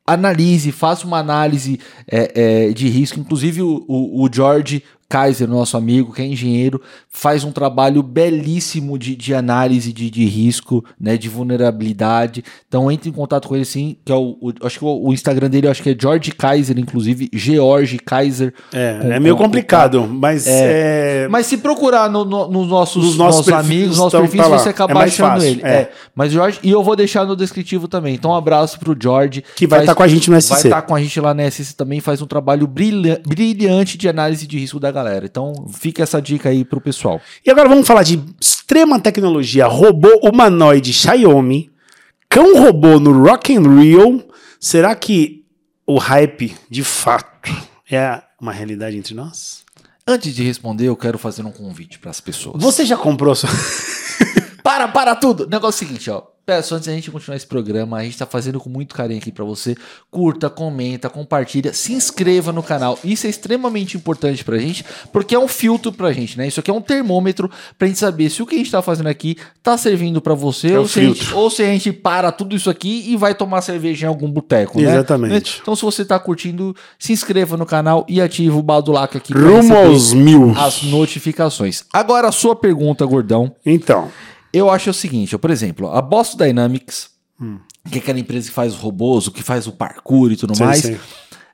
A: analise, faça uma análise é, é, de risco. Inclusive, o, o- o George Kaiser, nosso amigo, que é engenheiro, faz um trabalho belíssimo de, de análise de, de risco, né, de vulnerabilidade. Então entre em contato com ele sim, que é o, o- acho que o, o Instagram dele, eu acho que é George Kaiser, inclusive, George Kaiser.
B: [laughs] é, é meio complicado, mas é,
A: Mas se procurar no- no- nos nossos,
B: Nos nossos
A: nossos,
B: perfis,
A: amigos, nossos
B: então,
A: perfis,
B: tá lá.
A: você acaba
B: É mais
A: achando
B: fácil,
A: ele.
B: é.
A: É. Mas Jorge, e eu vou deixar no descritivo também. Então, um abraço pro Jorge.
B: que vai
A: Faz-
B: estar com a gente no
A: Vai
B: SC.
A: estar com a gente lá na SS também, faz um trabalho brilha- brilhante de análise de risco da galera. Então, fica essa dica aí pro pessoal.
B: E agora vamos falar de extrema tecnologia. Robô humanoide Xiaomi, cão robô no Rock and Rio. Será que o hype, de fato, é uma realidade entre nós?
A: Antes de responder, eu quero fazer um convite pras pessoas.
B: Você já comprou a sua...
A: Para, para tudo! Negócio é o seguinte, ó. Peço, antes da gente continuar esse programa, a gente tá fazendo com muito carinho aqui pra você. Curta, comenta, compartilha, se inscreva no canal. Isso é extremamente importante pra gente, porque é um filtro pra gente, né? Isso aqui é um termômetro pra gente saber se o que a gente tá fazendo aqui tá servindo pra você
B: É
A: ou,
B: o
A: se a gente,
B: filtro.
A: ou se a gente para tudo isso aqui e vai tomar cerveja em algum boteco, né?
B: Exatamente.
A: Então, se você tá curtindo, se inscreva no canal e ativa o badulaca aqui pra
B: Rumo
A: receber
B: aos mil.
A: as notificações. Agora, a sua pergunta, gordão.
B: Então,
A: Eu acho o seguinte, ó, por exemplo, a Boston Dynamics,
B: Hum.
A: que é aquela empresa que faz robôs, o que faz o parkour e tudo
B: sei,
A: mais,
B: sei.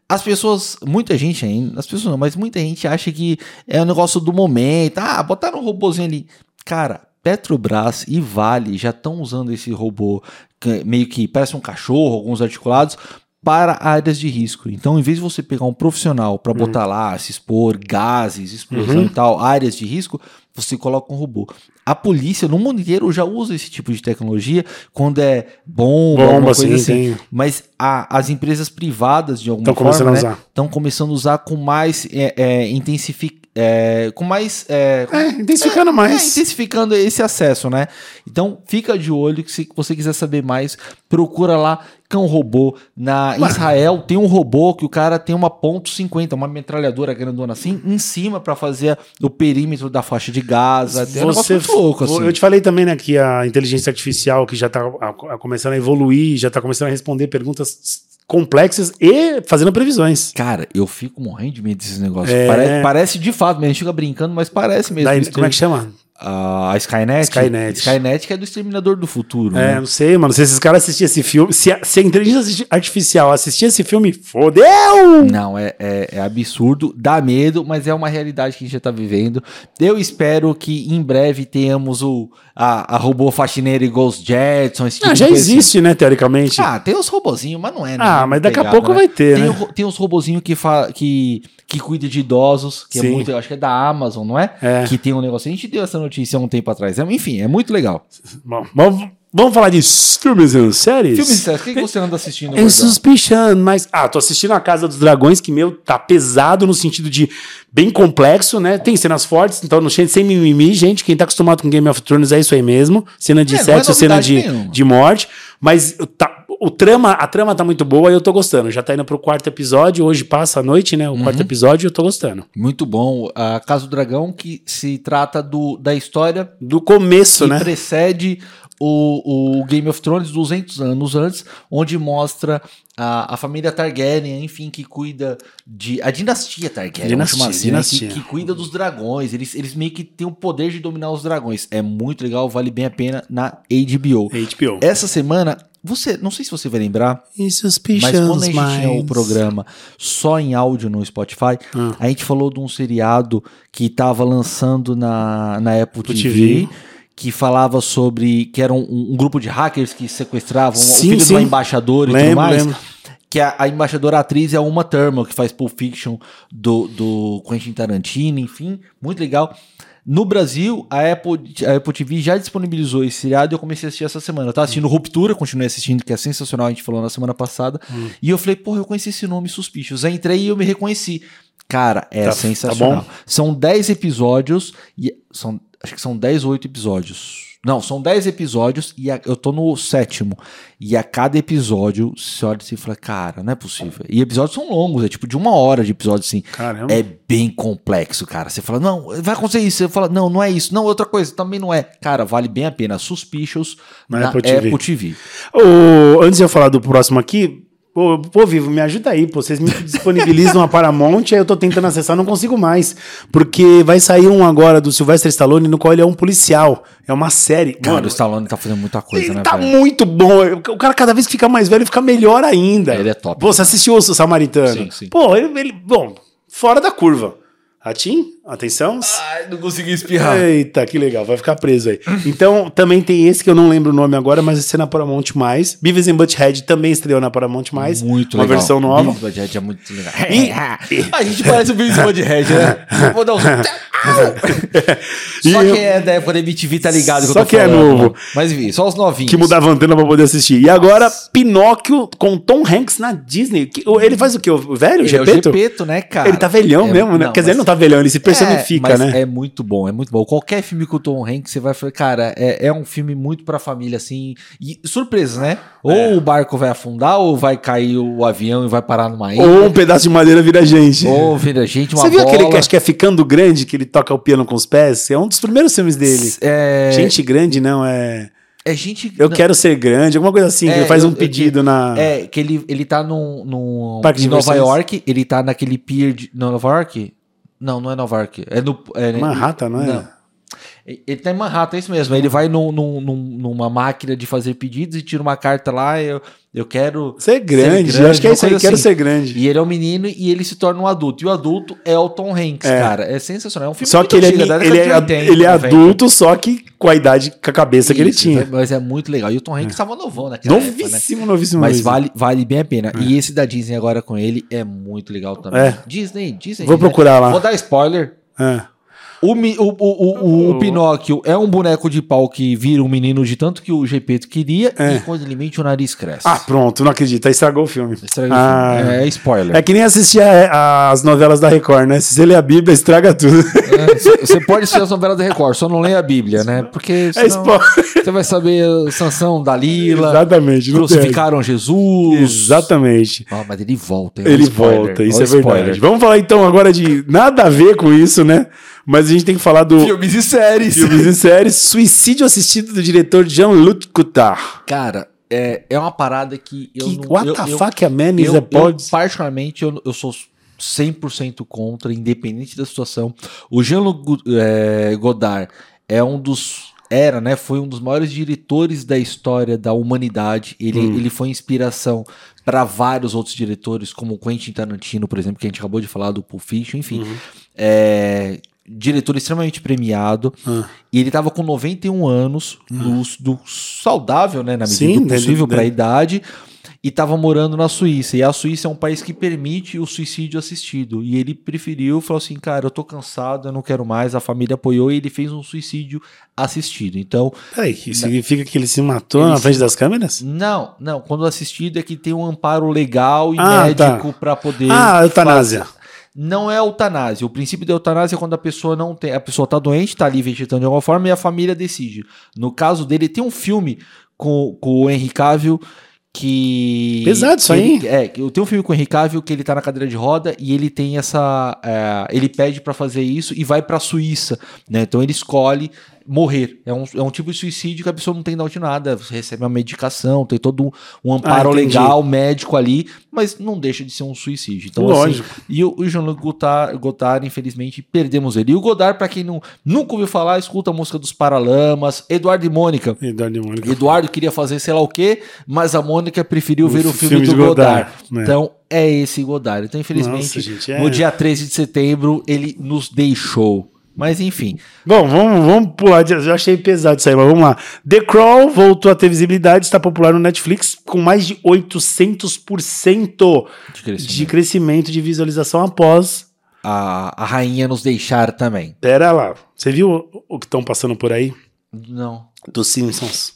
A: as pessoas, muita gente ainda, as pessoas não, mas muita gente acha que é um negócio do momento. Ah, botaram um robôzinho ali. Cara, Petrobras e Vale já estão usando esse robô, que meio que parece um cachorro, alguns articulados, para áreas de risco. Então, em vez de você pegar um profissional para botar lá, se expor, gases, explosão
B: Uhum.
A: e tal, áreas de risco, você coloca um robô. A polícia no mundo inteiro já usa esse tipo de tecnologia quando é bomba, alguma
B: Bomba,
A: coisa
B: sim,
A: assim.
B: sim.
A: Mas a- as empresas privadas, de alguma
B: Estão começando
A: forma,
B: a
A: né,
B: usar.
A: estão começando a usar com mais é, é, intensifi- é, com mais é,
B: É, intensificando
A: é,
B: mais.
A: intensificando esse acesso, né? Então fica de olho que se você quiser saber mais, procura lá cão robô na
B: Ué.
A: Israel tem um robô que o cara tem uma ponto .50, uma metralhadora grandona assim em cima pra fazer o perímetro da faixa de Gaza. Tem um negócio muito louco assim.
B: Eu te falei também, né, que a inteligência artificial que já está começando a evoluir, já está começando a responder perguntas complexas e fazendo previsões.
A: Cara, eu fico morrendo de medo desses negócios.
B: É.
A: Parece, parece de fato, mas a gente fica brincando, mas parece mesmo.
B: Da-
A: isso
B: como é
A: tem-
B: que chama?
A: a a Skynet?
B: Skynet.
A: Skynet que é do Exterminador do Futuro.
B: É,
A: né?
B: não sei, mano. Se esses caras assistirem esse filme. Se a, se a inteligência artificial assistir esse filme, fodeu!
A: Não, é, é- é absurdo, dá medo, mas é uma realidade que a gente já tá vivendo. Eu espero que em breve tenhamos o, a, a robô faxineira e Ghost Jetson, esse tipo
B: Ah,
A: de
B: já
A: coisa assim.
B: existe, né, teoricamente. Ah,
A: Ah, tem os robozinhos, mas não é. né?
B: mas daqui a
A: Pegada,
B: pouco
A: né?
B: vai ter,
A: Tem,
B: né?
A: o- tem os robozinhos que, fa- que, que cuida de idosos, que é
B: Sim.
A: muito, eu acho que é da Amazon, não é?
B: É.
A: Que tem um negócio. A gente deu essa notícia há um tempo atrás. É, Enfim, é muito legal.
B: Bom, vamos, vamos falar de filmes e séries?
A: Filmes sérios, o que, que você anda assistindo?
B: Em
A: Gordão?
B: É suspicion, mas. Ah, tô assistindo A Casa dos Dragões, que meu, tá pesado no sentido de bem complexo, né? Tem cenas fortes, então não che- sem mimimi, gente. Quem tá acostumado com Game of Thrones é isso aí mesmo. Cena de
A: É, não é
B: sexo, cena
A: novidade
B: de,
A: nenhuma.
B: de morte. Mas tá- o trama, a trama tá muito boa e eu tô gostando. Já tá indo pro quarto episódio, hoje passa a noite, né? O quarto
A: Uhum.
B: episódio e eu tô gostando.
A: Muito bom. A Casa do Dragão, que se trata do, da história
B: Do começo,
A: que [laughs]
B: né?
A: precede o, o Game of Thrones 200 anos antes, onde mostra a, a família Targaryen, enfim, que cuida de. A dinastia Targaryen,
B: Dinastia,
A: vamos chamar assim, né,
B: dinastia.
A: Que, que cuida dos dragões. Eles, eles meio que têm o poder de dominar os dragões. É muito legal, vale bem a pena na HBO.
B: HBO.
A: Essa semana, você. Não sei se você vai lembrar,
B: Em
A: mas
B: É Suspicion,
A: quando a gente tinha o programa só em áudio no Spotify,
B: Ah.
A: a gente falou de um seriado que tava lançando na, na Apple
B: Apple
A: TV,
B: TV.
A: que falava sobre. que era um, um grupo de hackers que sequestravam
B: Sim,
A: o filho de uma
B: sim.
A: embaixadora e tudo
B: Lembro,
A: mais.
B: lembro.
A: Que a, a embaixadora atriz é uma Thurman, que faz Pulp Fiction do, do Quentin Tarantino, enfim, muito legal. No Brasil, a Apple, a Apple TV já disponibilizou esse seriado e eu comecei a assistir essa semana. Eu tava assistindo Ruptura, continuei assistindo, que é
B: Hum.
A: sensacional, a gente falou na semana passada. E eu falei, porra, eu conheci esse nome Suspicious. Aí entrei e eu me reconheci. Cara, é
B: Tá- tá
A: sensacional.
B: bom?
A: São 10 episódios e são acho que são 10 ou 8 episódios. Não, são 10 episódios e a- eu tô no sétimo. E a cada episódio você olha assim e fala, cara, não é possível. E episódios são longos, é tipo de uma hora de episódio, assim.
B: Caramba.
A: É bem complexo, cara. Você fala, não, vai acontecer isso. Você fala, não, não é isso. Não, outra coisa, também não é. Cara, vale bem a pena. Suspicious
B: Na
A: na,
B: é Apple TV.
A: Apple TV.
B: Ô, antes de eu falar do próximo aqui, pô, pô, Vivo, me ajuda aí, pô. Vocês me disponibilizam a Paramount, aí eu tô tentando acessar, não consigo mais. Porque vai sair um agora do Sylvester Stallone, no qual ele é um policial. É uma série.
A: Cara,
B: Mano,
A: o Stallone tá fazendo muita coisa,
B: ele
A: né,
B: tá
A: velho?
B: muito bom. O cara, cada vez que fica mais velho, fica melhor ainda.
A: Ele é top.
B: Pô, você assistiu o Samaritano?
A: Sim, sim.
B: Pô, ele, ele- Bom, fora da curva. Ratinho, atenção.
A: Ai, não consegui espirrar.
B: Eita, que legal, vai ficar preso aí. Então, também tem esse que eu não lembro o nome agora, mas vai ser na Paramount+. Mais. Beavis and Butthead também estreou na Paramount+. Mais. É
A: Muito
B: Uma
A: legal.
B: versão nova.
A: Beavis Bad Head é muito legal.
B: [laughs] E-
A: a gente parece o Beavis Bad Head, né?
B: [laughs]
A: Vou dar um... só
B: E eu-
A: quem é da época da MTV tá ligado que
B: Só
A: eu tô
B: quem é
A: falando.
B: novo.
A: Mas enfim, só os novinhos.
B: Que mudava a antena pra poder assistir. E agora, Pinóquio com Tom Hanks na Disney. Que- Ele faz o quê? O velho? O
A: Ele é o
B: Gepeto?
A: Gepeto, né, cara?
B: ele tá velhão
A: É,
B: mesmo, né?
A: não,
B: Quer dizer,
A: mas-
B: ele não tá velhão, ele se personifica,
A: É, mas
B: né?
A: É muito bom, é muito bom. Qualquer filme com o Tom Hanks, você vai falar, cara, é, é um filme muito pra família, assim. E surpresa, né? Ou
B: É.
A: o barco vai afundar, ou vai cair o avião e vai parar numa ilha.
B: Ou um pedaço de madeira vira gente.
A: é Ou vira gente, uma
B: Você viu
A: bola.
B: aquele que acho que é Ficando Grande, que ele toca o piano com os pés? É um dos primeiros filmes dele.
A: É,
B: Gente grande, não, é...
A: é gente...
B: Eu
A: não,
B: quero ser grande, alguma coisa assim, que
A: É,
B: ele faz
A: eu-
B: um
A: eu
B: pedido na...
A: É, que ele, ele tá num, num
B: Parque de
A: em Nova
B: diversões.
A: York, ele tá naquele pier de... Não, Nova York? Não, não é Nova York. É no... É,
B: Manhattan, não é?
A: Não. Ele tá em Manhattan, é isso mesmo. Ele vai num- num- num- numa máquina de fazer pedidos e tira uma carta lá. Eu, eu quero.
B: Ser grande,
A: grande,
B: acho que é
A: uma
B: isso aí,
A: coisa
B: quero
A: assim.
B: ser grande.
A: E ele é um menino e ele se torna um adulto. E o adulto é o Tom Hanks,
B: É.
A: cara. É sensacional. É um filme
B: Só
A: muito
B: que ele é,
A: antigo, da
B: ele
A: década
B: é,
A: de 80,
B: ele é
A: 90.
B: adulto, só que com a idade, com a cabeça que ele
A: Isso,
B: tinha.
A: então, Mas é muito legal. E o Tom Hanks tava novão naquela época, né?
B: Novíssimo, novíssimo.
A: Mas
B: novíssimo.
A: vale, vale bem a pena. E esse da Disney agora com ele é muito legal também.
B: É.
A: Disney, Disney.
B: Vou
A: Disney.
B: procurar lá.
A: né? Vou dar spoiler.
B: Ah.
A: O, mi- o, o, o,
B: Oh.
A: o Pinóquio é um boneco de pau que vira um menino de tanto que o Gepeto queria
B: É.
A: e quando ele mente o nariz cresce.
B: Ah, pronto, não acredito. Aí estragou o filme.
A: Estragou
B: Ah.
A: o filme. É, é spoiler.
B: É que nem assistir a- as novelas da Record, né? Se você ler a Bíblia, estraga tudo. [laughs]
A: É, c- Você pode ser as novelas da Record, só não leia a Bíblia, né? Porque
B: É
A: senão
B: spoiler.
A: você vai saber uh, Sansão, Dalila,
B: Exatamente. não tem.
A: crucificaram Jesus.
B: Exatamente.
A: Ah, mas ele volta. hein?
B: Ele
A: Spoiler.
B: volta, isso
A: Olha
B: é
A: o spoiler.
B: verdade. Vamos falar então agora de nada a ver com isso, né? Mas a gente tem que falar do
A: Filmes e séries.
B: filmes e séries Suicídio Assistido do diretor Jean-Luc Coutard.
A: Cara, é, é uma parada que eu
B: Que
A: não...
B: what
A: eu,
B: the
A: eu-
B: fuck é a man is
A: eu,
B: a pod?
A: eu, particularmente, eu, eu sou 100% contra, independente da situação. O Jean-Luc Go- eh, Godard é um dos. Era, né? Foi um dos maiores diretores da história da humanidade. Ele, ele foi inspiração para vários outros diretores, como Quentin Tarantino, por exemplo, que a gente acabou de falar do Pulp Fiction, enfim. É, diretor extremamente premiado.
B: Ah. Hum.
A: E ele tava com 91 anos, lúcido, saudável, né? Na medida
B: Sim,
A: do
B: deve-
A: possível para a
B: deve-
A: idade e estava morando na Suíça. E a Suíça é um país que permite o suicídio assistido. E ele preferiu, falou assim: cara, eu tô cansado, eu não quero mais. A família apoiou e ele fez um suicídio assistido. Então,
B: Peraí, isso significa que ele se matou
A: Ele
B: na
A: se-
B: frente das câmeras?
A: não, não, quando assistido é que tem um amparo legal e
B: Ah,
A: médico pra poder.
B: Ah, eutanásia.
A: Não é eutanásia. O princípio da eutanásia é quando a pessoa não tem. A pessoa tá doente, tá ali vegetando de alguma forma e a família decide. No caso dele, tem um filme com, com o Henry Cavill que.
B: Pesado isso
A: que
B: aí,
A: ele- é, que eu tenho um filme com o Henry Cavill que ele tá na cadeira de roda e ele tem essa. é, ele pede pra fazer isso e vai pra Suíça, né? Então ele escolhe morrer. É um, é um tipo de suicídio que a pessoa não tem de nada, você recebe uma medicação, tem todo um, um amparo
B: Ah, entendi.
A: legal, médico ali, mas não deixa de ser um suicídio. Então, assim,
B: Lógico.
A: e o, o Jean-Luc Godard, Godard, infelizmente, perdemos ele. E o Godard, pra quem não, nunca ouviu falar, escuta a música dos Paralamas, Eduardo e Mônica.
B: Eduardo e Mônica.
A: Eduardo queria fazer sei lá o quê, mas a Mônica preferiu ver o filme, do Godard.
B: né?
A: Então, é esse Godard. Então,
B: Nossa,
A: infelizmente,
B: gente, é-
A: no dia 13 de setembro, ele nos deixou. Mas, enfim.
B: Bom, vamos, vamos pular. de- Eu achei pesado isso aí, mas vamos lá. The Crawl voltou a ter visibilidade, está popular no Netflix, com mais de 800%
A: de crescimento.
B: de crescimento de visualização após.
A: A, a rainha nos deixar também.
B: Pera lá. Você viu o- o que estão passando por aí?
A: Não.
B: Dos Simpsons.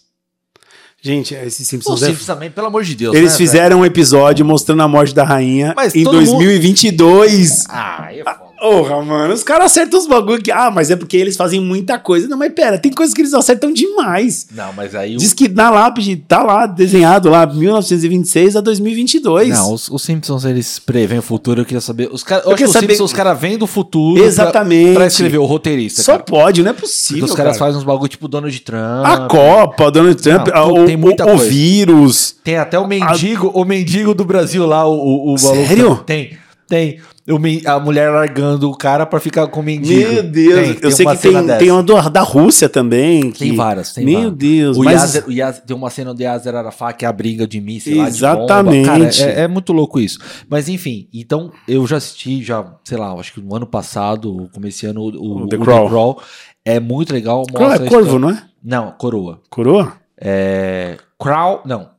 B: Gente, esses
A: Os
B: Simpsons. é...
A: Simpsons também, pelo amor de Deus.
B: Eles
A: né, velho?
B: fizeram um episódio mostrando a morte da rainha
A: Mas
B: em
A: todo mundo-
B: 2022.
A: Ah, aí é foda.
B: Porra, mano, os caras acertam os bagulho que. Ah, mas é porque eles fazem muita coisa. Não, mas pera, tem coisa que eles acertam demais.
A: Não, mas aí o.
B: Diz que na lápide tá lá, desenhado lá, 1926 a 2022.
A: Não, os, os Simpsons eles preveem o futuro, eu queria saber. Os cara, eu
B: Eu
A: acho que
B: queria
A: os
B: saber-
A: Simpsons, os caras vêm do futuro
B: Exatamente.
A: pra, pra escrever o roteirista.
B: Só
A: cara.
B: pode, não é
A: Porque
B: possível.
A: os caras
B: cara.
A: fazem uns bagulho tipo Donald Trump.
B: A Copa, o Donald Trump,
A: Não,
B: a-
A: pô,
B: o,
A: tem muita
B: o- o
A: coisa.
B: vírus.
A: Tem até o mendigo, o mendigo do Brasil lá, o, o, o maluco.
B: Sério?
A: Tem. Tem. O men- a mulher largando o cara pra ficar com o mendigo.
B: Meu Deus,
A: Tem,
B: eu sei
A: uma
B: que
A: cena
B: tem, um-
A: dessa.
B: tem uma do- da Rússia também. que-
A: Tem várias, tem
B: Meu
A: várias.
B: Deus,
A: O
B: mas-
A: Yazer, o Yazer- tem uma cena do Yazer Arafat que é a briga de mim, sei lá, de bomba.
B: Exatamente.
A: Cara, é, é muito louco isso. Mas enfim, então eu já assisti, já, sei lá, acho que no ano passado, comecei ano, o,
B: O
A: o
B: The
A: The, Crawl.
B: Crawl.
A: É muito legal.
B: Crow
A: mostra
B: é
A: a
B: corvo,
A: história-
B: não é?
A: Não, coroa.
B: Coroa?
A: É, Crow, não.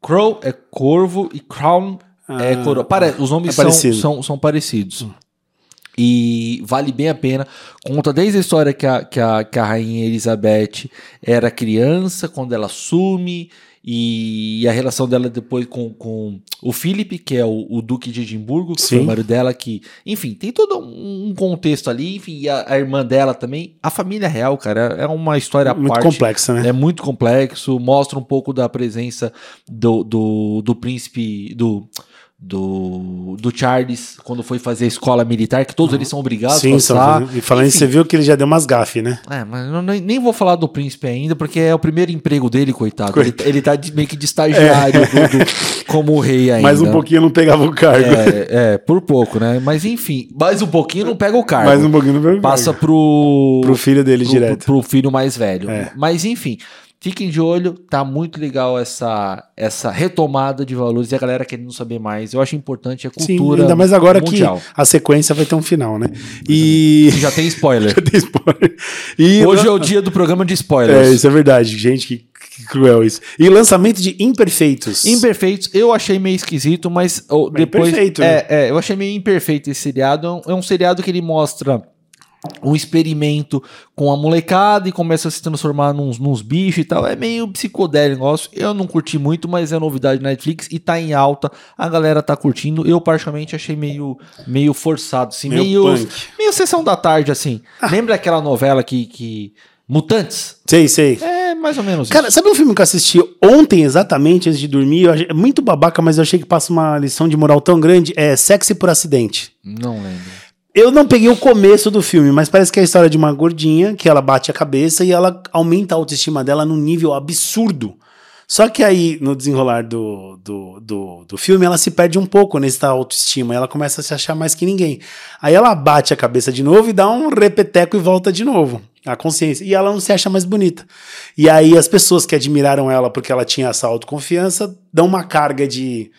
A: Crow é corvo e Crown é
B: Ah,
A: coroa. Pare- os nomes
B: é
A: são,
B: parecido.
A: são, são parecidos. E vale bem a pena. Conta desde a história que a, que a, que a rainha Elizabeth era criança, quando ela assume, e a relação dela depois com, com o Felipe, que é o, o Duque de Edimburgo, que foi
B: Sim.
A: o marido dela, que, enfim, tem todo um um contexto ali, enfim, e a, a irmã dela também. A família real, cara, é uma história à
B: Muito
A: parte.
B: complexa, né?
A: É muito complexo, mostra um pouco da presença do, do, do príncipe do, do, do Charles quando foi fazer a escola militar, que todos eles são obrigados a
B: Uhum. Sim, são-
A: passar.
B: e falando isso, você viu que ele já deu umas gafes, né?
A: É, mas eu nem, nem vou falar do príncipe ainda, porque é o primeiro emprego dele, coitado.
B: Coitado. É.
A: Ele, ele tá de- meio que de estagiário do- do- como rei ainda.
B: Mais um pouquinho não pegava o cargo.
A: É, é, por pouco, né? Mas enfim, mais um pouquinho não pega o
B: [laughs]
A: cargo.
B: Mais um pouquinho não pegava o
A: Passa
B: cargo.
A: pro.
B: pro filho dele
A: pro,
B: direto.
A: pro- pro filho mais velho.
B: É.
A: Mas enfim, fiquem de olho, tá muito legal essa, essa retomada de valores e a galera querendo saber mais. Eu acho importante a cultura.
B: Sim, ainda mais agora [laughs]
A: mundial.
B: que a sequência vai ter um final, né? E. [laughs]
A: Já tem spoiler.
B: Tem spoiler. E
A: Hoje é o dia do programa de
B: É,
A: spoilers.
B: isso é verdade, gente, que, que cruel isso. E lançamento de Imperfeitos.
A: Imperfeitos, eu achei meio esquisito, mas oh,
B: Mas
A: depois.
B: imperfeito, né?
A: é, é, eu achei meio imperfeito esse seriado. É um, é um seriado que ele mostra um experimento com a molecada e começa a se transformar nos, nos bichos e tal. É meio psicodélico negócio. Eu não curti muito, mas é novidade na Netflix e tá em alta. A galera tá curtindo. Eu, particularmente, achei meio, meio forçado, assim,
B: Meio
A: meio, meio,
B: punk. Ah.
A: sessão da tarde, assim. Lembra aquela novela que. que... Mutantes?
B: Sei, sei.
A: É mais ou menos
B: Cara, sabe um filme que eu assisti ontem exatamente antes de dormir? Eu achei- é muito babaca, mas eu achei que passa uma lição de moral tão grande. É Sexy por Acidente.
A: isso. Não lembro.
B: Eu não peguei o começo do filme, mas parece que é a história de uma gordinha que ela bate a cabeça e ela aumenta a autoestima dela num nível absurdo. Só que aí, no desenrolar do, do, do, do filme, ela se perde um pouco nessa autoestima. Ela começa a se achar mais que ninguém. Aí ela bate a cabeça de novo e dá um repeteco e volta de novo. A consciência. E ela não se acha mais bonita. E aí as pessoas que admiraram ela porque ela tinha essa autoconfiança dão uma carga de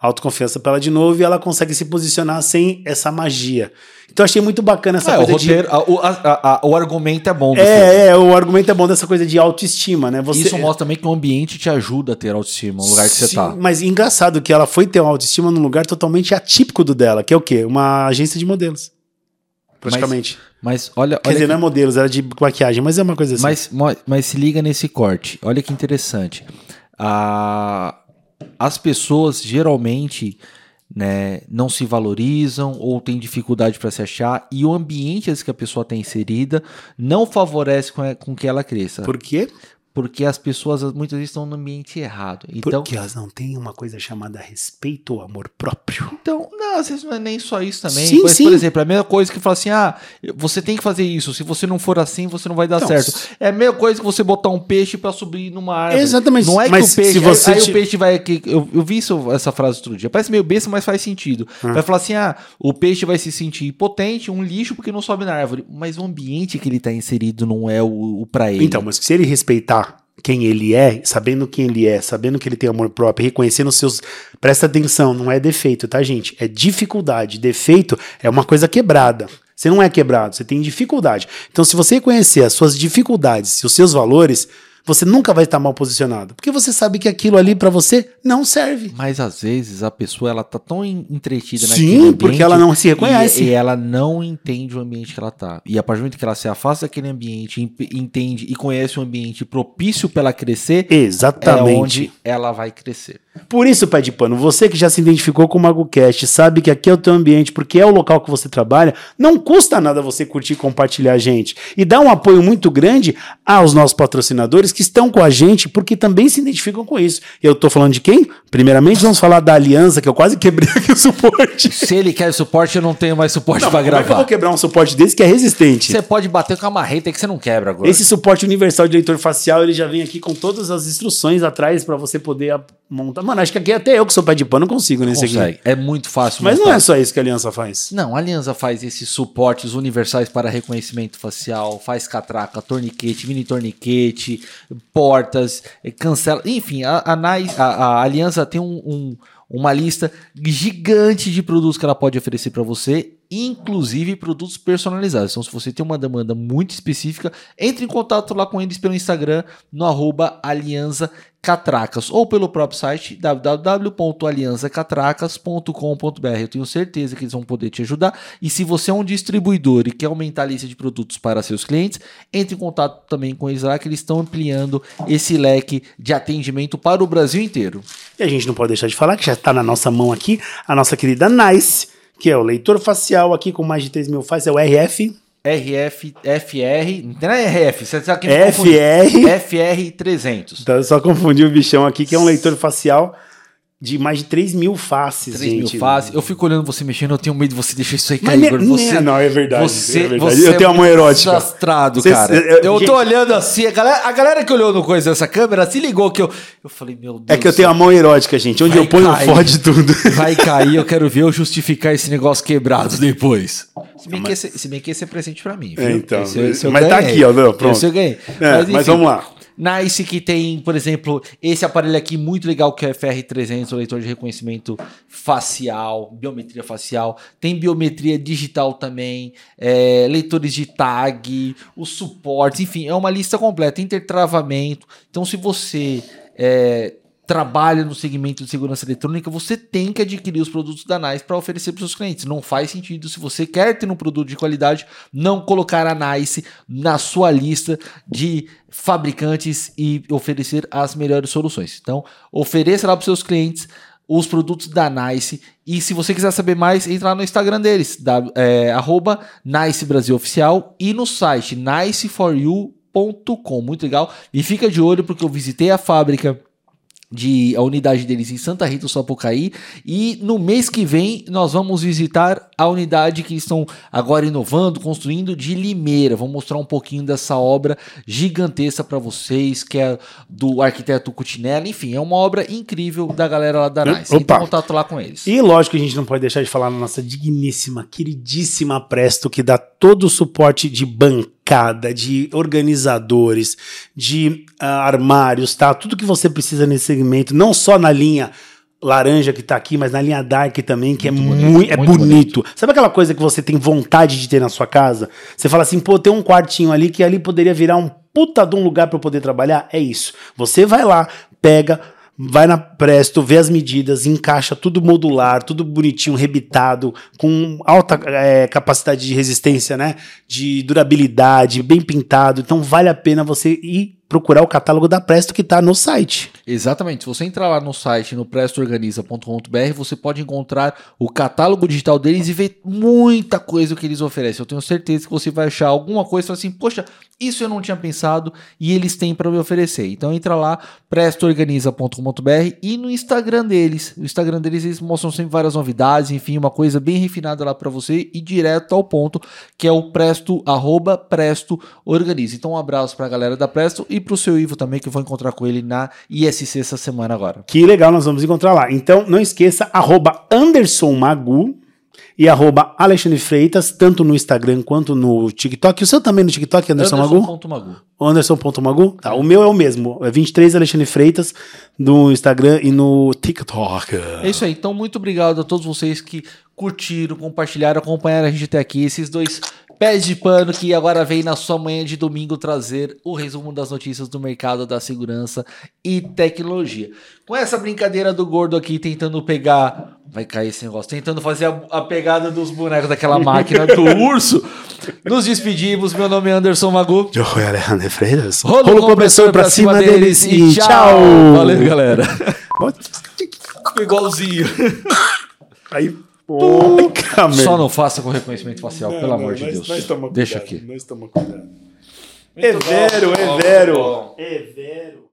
B: autoconfiança pra ela de novo e ela consegue se posicionar sem essa magia. Então eu achei muito bacana essa
A: É, o
B: coisa de
A: roteiro, a- o, a- a- o argumento é bom. do filme.
B: é, é, o argumento é bom dessa coisa de autoestima, né? Você
A: Isso mostra também que o ambiente te ajuda a ter autoestima, o lugar que você
B: Sim,
A: tá.
B: Mas engraçado que ela foi ter uma autoestima num lugar totalmente atípico do dela, que é o quê? Uma agência de modelos. Praticamente.
A: Mas olha,
B: Quer
A: olha
B: dizer,
A: que-
B: não é modelos, era de maquiagem, mas é uma coisa assim.
A: mas, mo- mas se liga nesse corte. Olha que interessante. A- as pessoas geralmente né, não se valorizam ou têm dificuldade para se achar e o ambiente que a pessoa está inserida não favorece com, a- com que ela cresça.
B: Por quê?
A: Porque as pessoas muitas vezes estão no ambiente errado. Então,
B: Porque elas não têm uma coisa chamada respeito ou amor próprio.
A: Então, não, às vezes não é nem só isso também.
B: Sim,
A: Mas,
B: sim.
A: Por exemplo, é a mesma coisa que fala assim: ah, você tem que fazer isso. Se você não for assim, você não vai dar
B: Então,
A: certo. É a mesma coisa que você botar um peixe pra subir numa árvore.
B: Exatamente.
A: Não é que
B: mas
A: o peixe.
B: se você
A: aí, aí
B: te-
A: o peixe vai. Que, eu, eu vi isso- essa frase outro dia. Parece meio besta, mas faz sentido.
B: Ah.
A: Vai falar assim: ah, o peixe vai se sentir impotente, um lixo, porque não sobe na árvore. Mas o ambiente que ele tá inserido não é o, o pra ele.
B: Então, mas se ele respeitar quem ele é, sabendo quem ele é, sabendo que ele tem amor próprio, reconhecendo os seus. Presta atenção, não é defeito, tá, gente? É dificuldade. Defeito é uma coisa quebrada. Você não é quebrado, você tem dificuldade. Então, se você reconhecer as suas dificuldades e os seus valores, Você nunca vai estar mal posicionado, porque você sabe que aquilo ali pra você não serve.
A: Mas às vezes a pessoa ela tá tão en- entretida naquele
B: Sim, porque
A: ambiente
B: ela não se
A: e- é
B: reconhece.
A: E, ela não entende o ambiente que ela tá. E a partir do momento que ela se afasta daquele ambiente, em- entende e conhece um ambiente propício pra ela crescer,
B: Exatamente.
A: é onde ela vai crescer.
B: Por isso, Pai de Pano, você que já se identificou com o MagoCast, sabe que aqui é o teu ambiente, porque é o local que você trabalha, não custa nada você curtir e compartilhar a gente. E dá um apoio muito grande aos nossos patrocinadores que estão com a gente, porque também se identificam com isso. E eu tô falando de quem? Primeiramente, vamos falar da Aliança, que eu quase quebrei aqui o suporte.
A: Se ele quer suporte, eu não tenho mais suporte
B: Não,
A: pra
B: Como é que eu
A: gravar.
B: vou quebrar um suporte desse que é resistente?
A: Você pode bater com a marreta que você não quebra agora.
B: Esse suporte universal de leitor facial, ele já vem aqui com todas as instruções atrás pra você poder a- montar. Mano, acho que aqui até eu que sou pé de pano consigo nesse aqui.
A: Consegue. É muito fácil.
B: Mas não
A: montar.
B: é só isso que a aliança faz.
A: Não, a Alianza faz esses suportes universais para reconhecimento facial, faz catraca, torniquete, mini torniquete, portas, eh, cancela. Enfim, a, a, Nai- a- a Alianza tem um- um- uma lista gigante de produtos que ela pode oferecer para você, inclusive produtos personalizados. Então, se você tem uma demanda muito específica, entre em contato lá com eles pelo Instagram, no arroba Alianza Catracas ou pelo próprio site www.alianzacatracas.com.br. Eu tenho certeza que eles vão poder te ajudar. E se você é um distribuidor e quer aumentar a lista de produtos para seus clientes, entre em contato também com eles lá que eles estão ampliando esse leque de atendimento para o Brasil inteiro.
B: E a gente não pode deixar de falar que já está na nossa mão aqui a nossa querida Nice, que é o leitor facial aqui com mais de 3 mil faces, é o RF.
A: RF, FR, não é RF, você sabe quem me confundiu.
B: FR.
A: FR300.
B: Então eu só confundi o bichão aqui, que é um leitor facial de mais de 3 mil faces,
A: 3 mil
B: gente.
A: faces. Eu fico olhando você mexendo, eu tenho medo de você deixar isso aí
B: Mas
A: cair.
B: ne-
A: Igor.
B: ne-
A: Você
B: não, é verdade.
A: Você,
B: é verdade.
A: você
B: eu tenho a mão
A: muito
B: erótica.
A: desastrado,
B: Você-
A: cara.
B: eu-
A: eu
B: gente-
A: tô olhando assim, a galera, a galera que olhou no coisa dessa câmera se ligou que eu. Eu falei, meu
B: É
A: Deus.
B: que eu tenho a mão erótica, gente. Onde
A: Vai
B: eu ponho,
A: cair.
B: fode tudo.
A: [laughs] Vai cair, eu quero ver eu justificar esse negócio quebrado depois. Se bem, que, esse, se bem que esse é presente pra mim. viu?
B: É, então.
A: Esse eu- esse eu
B: Mas tá
A: ganhei.
B: aqui, ó, não, pronto.
A: Esse eu ganhei.
B: É, mas,
A: enfim.
B: vamos lá.
A: Nice que tem, por exemplo, esse aparelho aqui muito legal que é o FR300, o leitor de reconhecimento facial, biometria facial. Tem biometria digital também, é, leitores de tag, os suportes, enfim, é uma lista completa, intertravamento. Então, se você é, trabalha no segmento de segurança eletrônica, você tem que adquirir os produtos da NICE para oferecer para seus clientes. Não faz sentido, se você quer ter um produto de qualidade, não colocar a NICE na sua lista de fabricantes e oferecer as melhores soluções. Então, ofereça lá para seus clientes os produtos da Nice. E se você quiser saber mais, entra lá no Instagram deles, da, é, arroba Nice Brasil Oficial e no site niceforyou.com. Muito legal. E fica de olho porque eu visitei a fábrica de a unidade deles em Santa Rita do Sapucaí e no mês que vem nós vamos visitar a unidade que eles estão agora inovando, construindo de Limeira. Vou mostrar um pouquinho dessa obra gigantesca para vocês, que é do arquiteto Cutinella. Enfim, é uma obra incrível da galera lá da
B: Hum,
A: Nice.
B: opa.
A: Entra em contato lá com eles.
B: E lógico que a gente não pode deixar de falar na nossa digníssima, queridíssima Presto, que dá todo o suporte de bancada, de organizadores, de ah, armários, tá? Tudo que você precisa nesse segmento, não só na linha laranja que tá aqui, mas na linha dark também, que é
A: Muito
B: muito,
A: bonito,
B: é
A: muito
B: bonito. Sabe aquela coisa que você tem vontade de ter na sua casa? Você fala assim, pô, tem um quartinho ali que ali poderia virar um puta de um lugar para eu poder trabalhar? É isso. Você vai lá, pega, vai na Presto, vê as medidas, encaixa tudo modular, tudo bonitinho, rebitado, com alta eh, capacidade de resistência, né? De durabilidade, bem pintado. Então vale a pena você ir procurar o catálogo da Presto que tá no site.
A: Exatamente. Se você entrar lá no site no prestoorganiza.com.br, você pode encontrar o catálogo digital deles e ver muita coisa que eles oferecem. Eu tenho certeza que você vai achar alguma coisa e falar assim: "Poxa, isso eu não tinha pensado e eles têm para me oferecer". Então entra lá prestoorganiza.com.br e no Instagram deles. O Instagram deles eles mostram sempre várias novidades, enfim, uma coisa bem refinada lá para você e direto ao ponto, que é o presto arroba presto organiza. Então um abraço para a galera da Presto e para o seu Ivo também que eu vou encontrar com ele na ISC essa semana agora.
B: Que legal, nós vamos encontrar lá. Então, não esqueça, arroba Anderson Magu e arroba Alexandre Freitas, tanto no Instagram quanto no TikTok. O seu também no TikTok, Anderson, Magu?
A: ponto Magu.
B: Anderson.magu? Tá, o meu é o mesmo. É 23 Alexandre Freitas no Instagram e no TikTok.
A: É isso aí. Então muito obrigado a todos vocês que curtiram, compartilharam, acompanharam a gente até aqui. Esses dois pés de pano que agora vem na sua manhã de domingo trazer o resumo das notícias do mercado da segurança e tecnologia. Com essa brincadeira do gordo aqui tentando pegar. Vai cair esse negócio. Tentando fazer a, a pegada dos bonecos daquela
B: [laughs]
A: máquina do urso. Nos despedimos. Meu nome é Anderson Magu.
B: Eu fui Alejandro Freitas.
A: Rolo
B: Rolo compressor pra cima deles e tchau.
A: Valeu, galera. [laughs] Igualzinho.
B: Aí, porca, merda.
A: [laughs] Só não faça com reconhecimento facial, pelo amor de
B: nós-
A: Deus.
B: nós toma
A: Deixa
B: cuidado, É
A: aqui. é
B: Nós toma cuidado. Evero, Evero. Evero.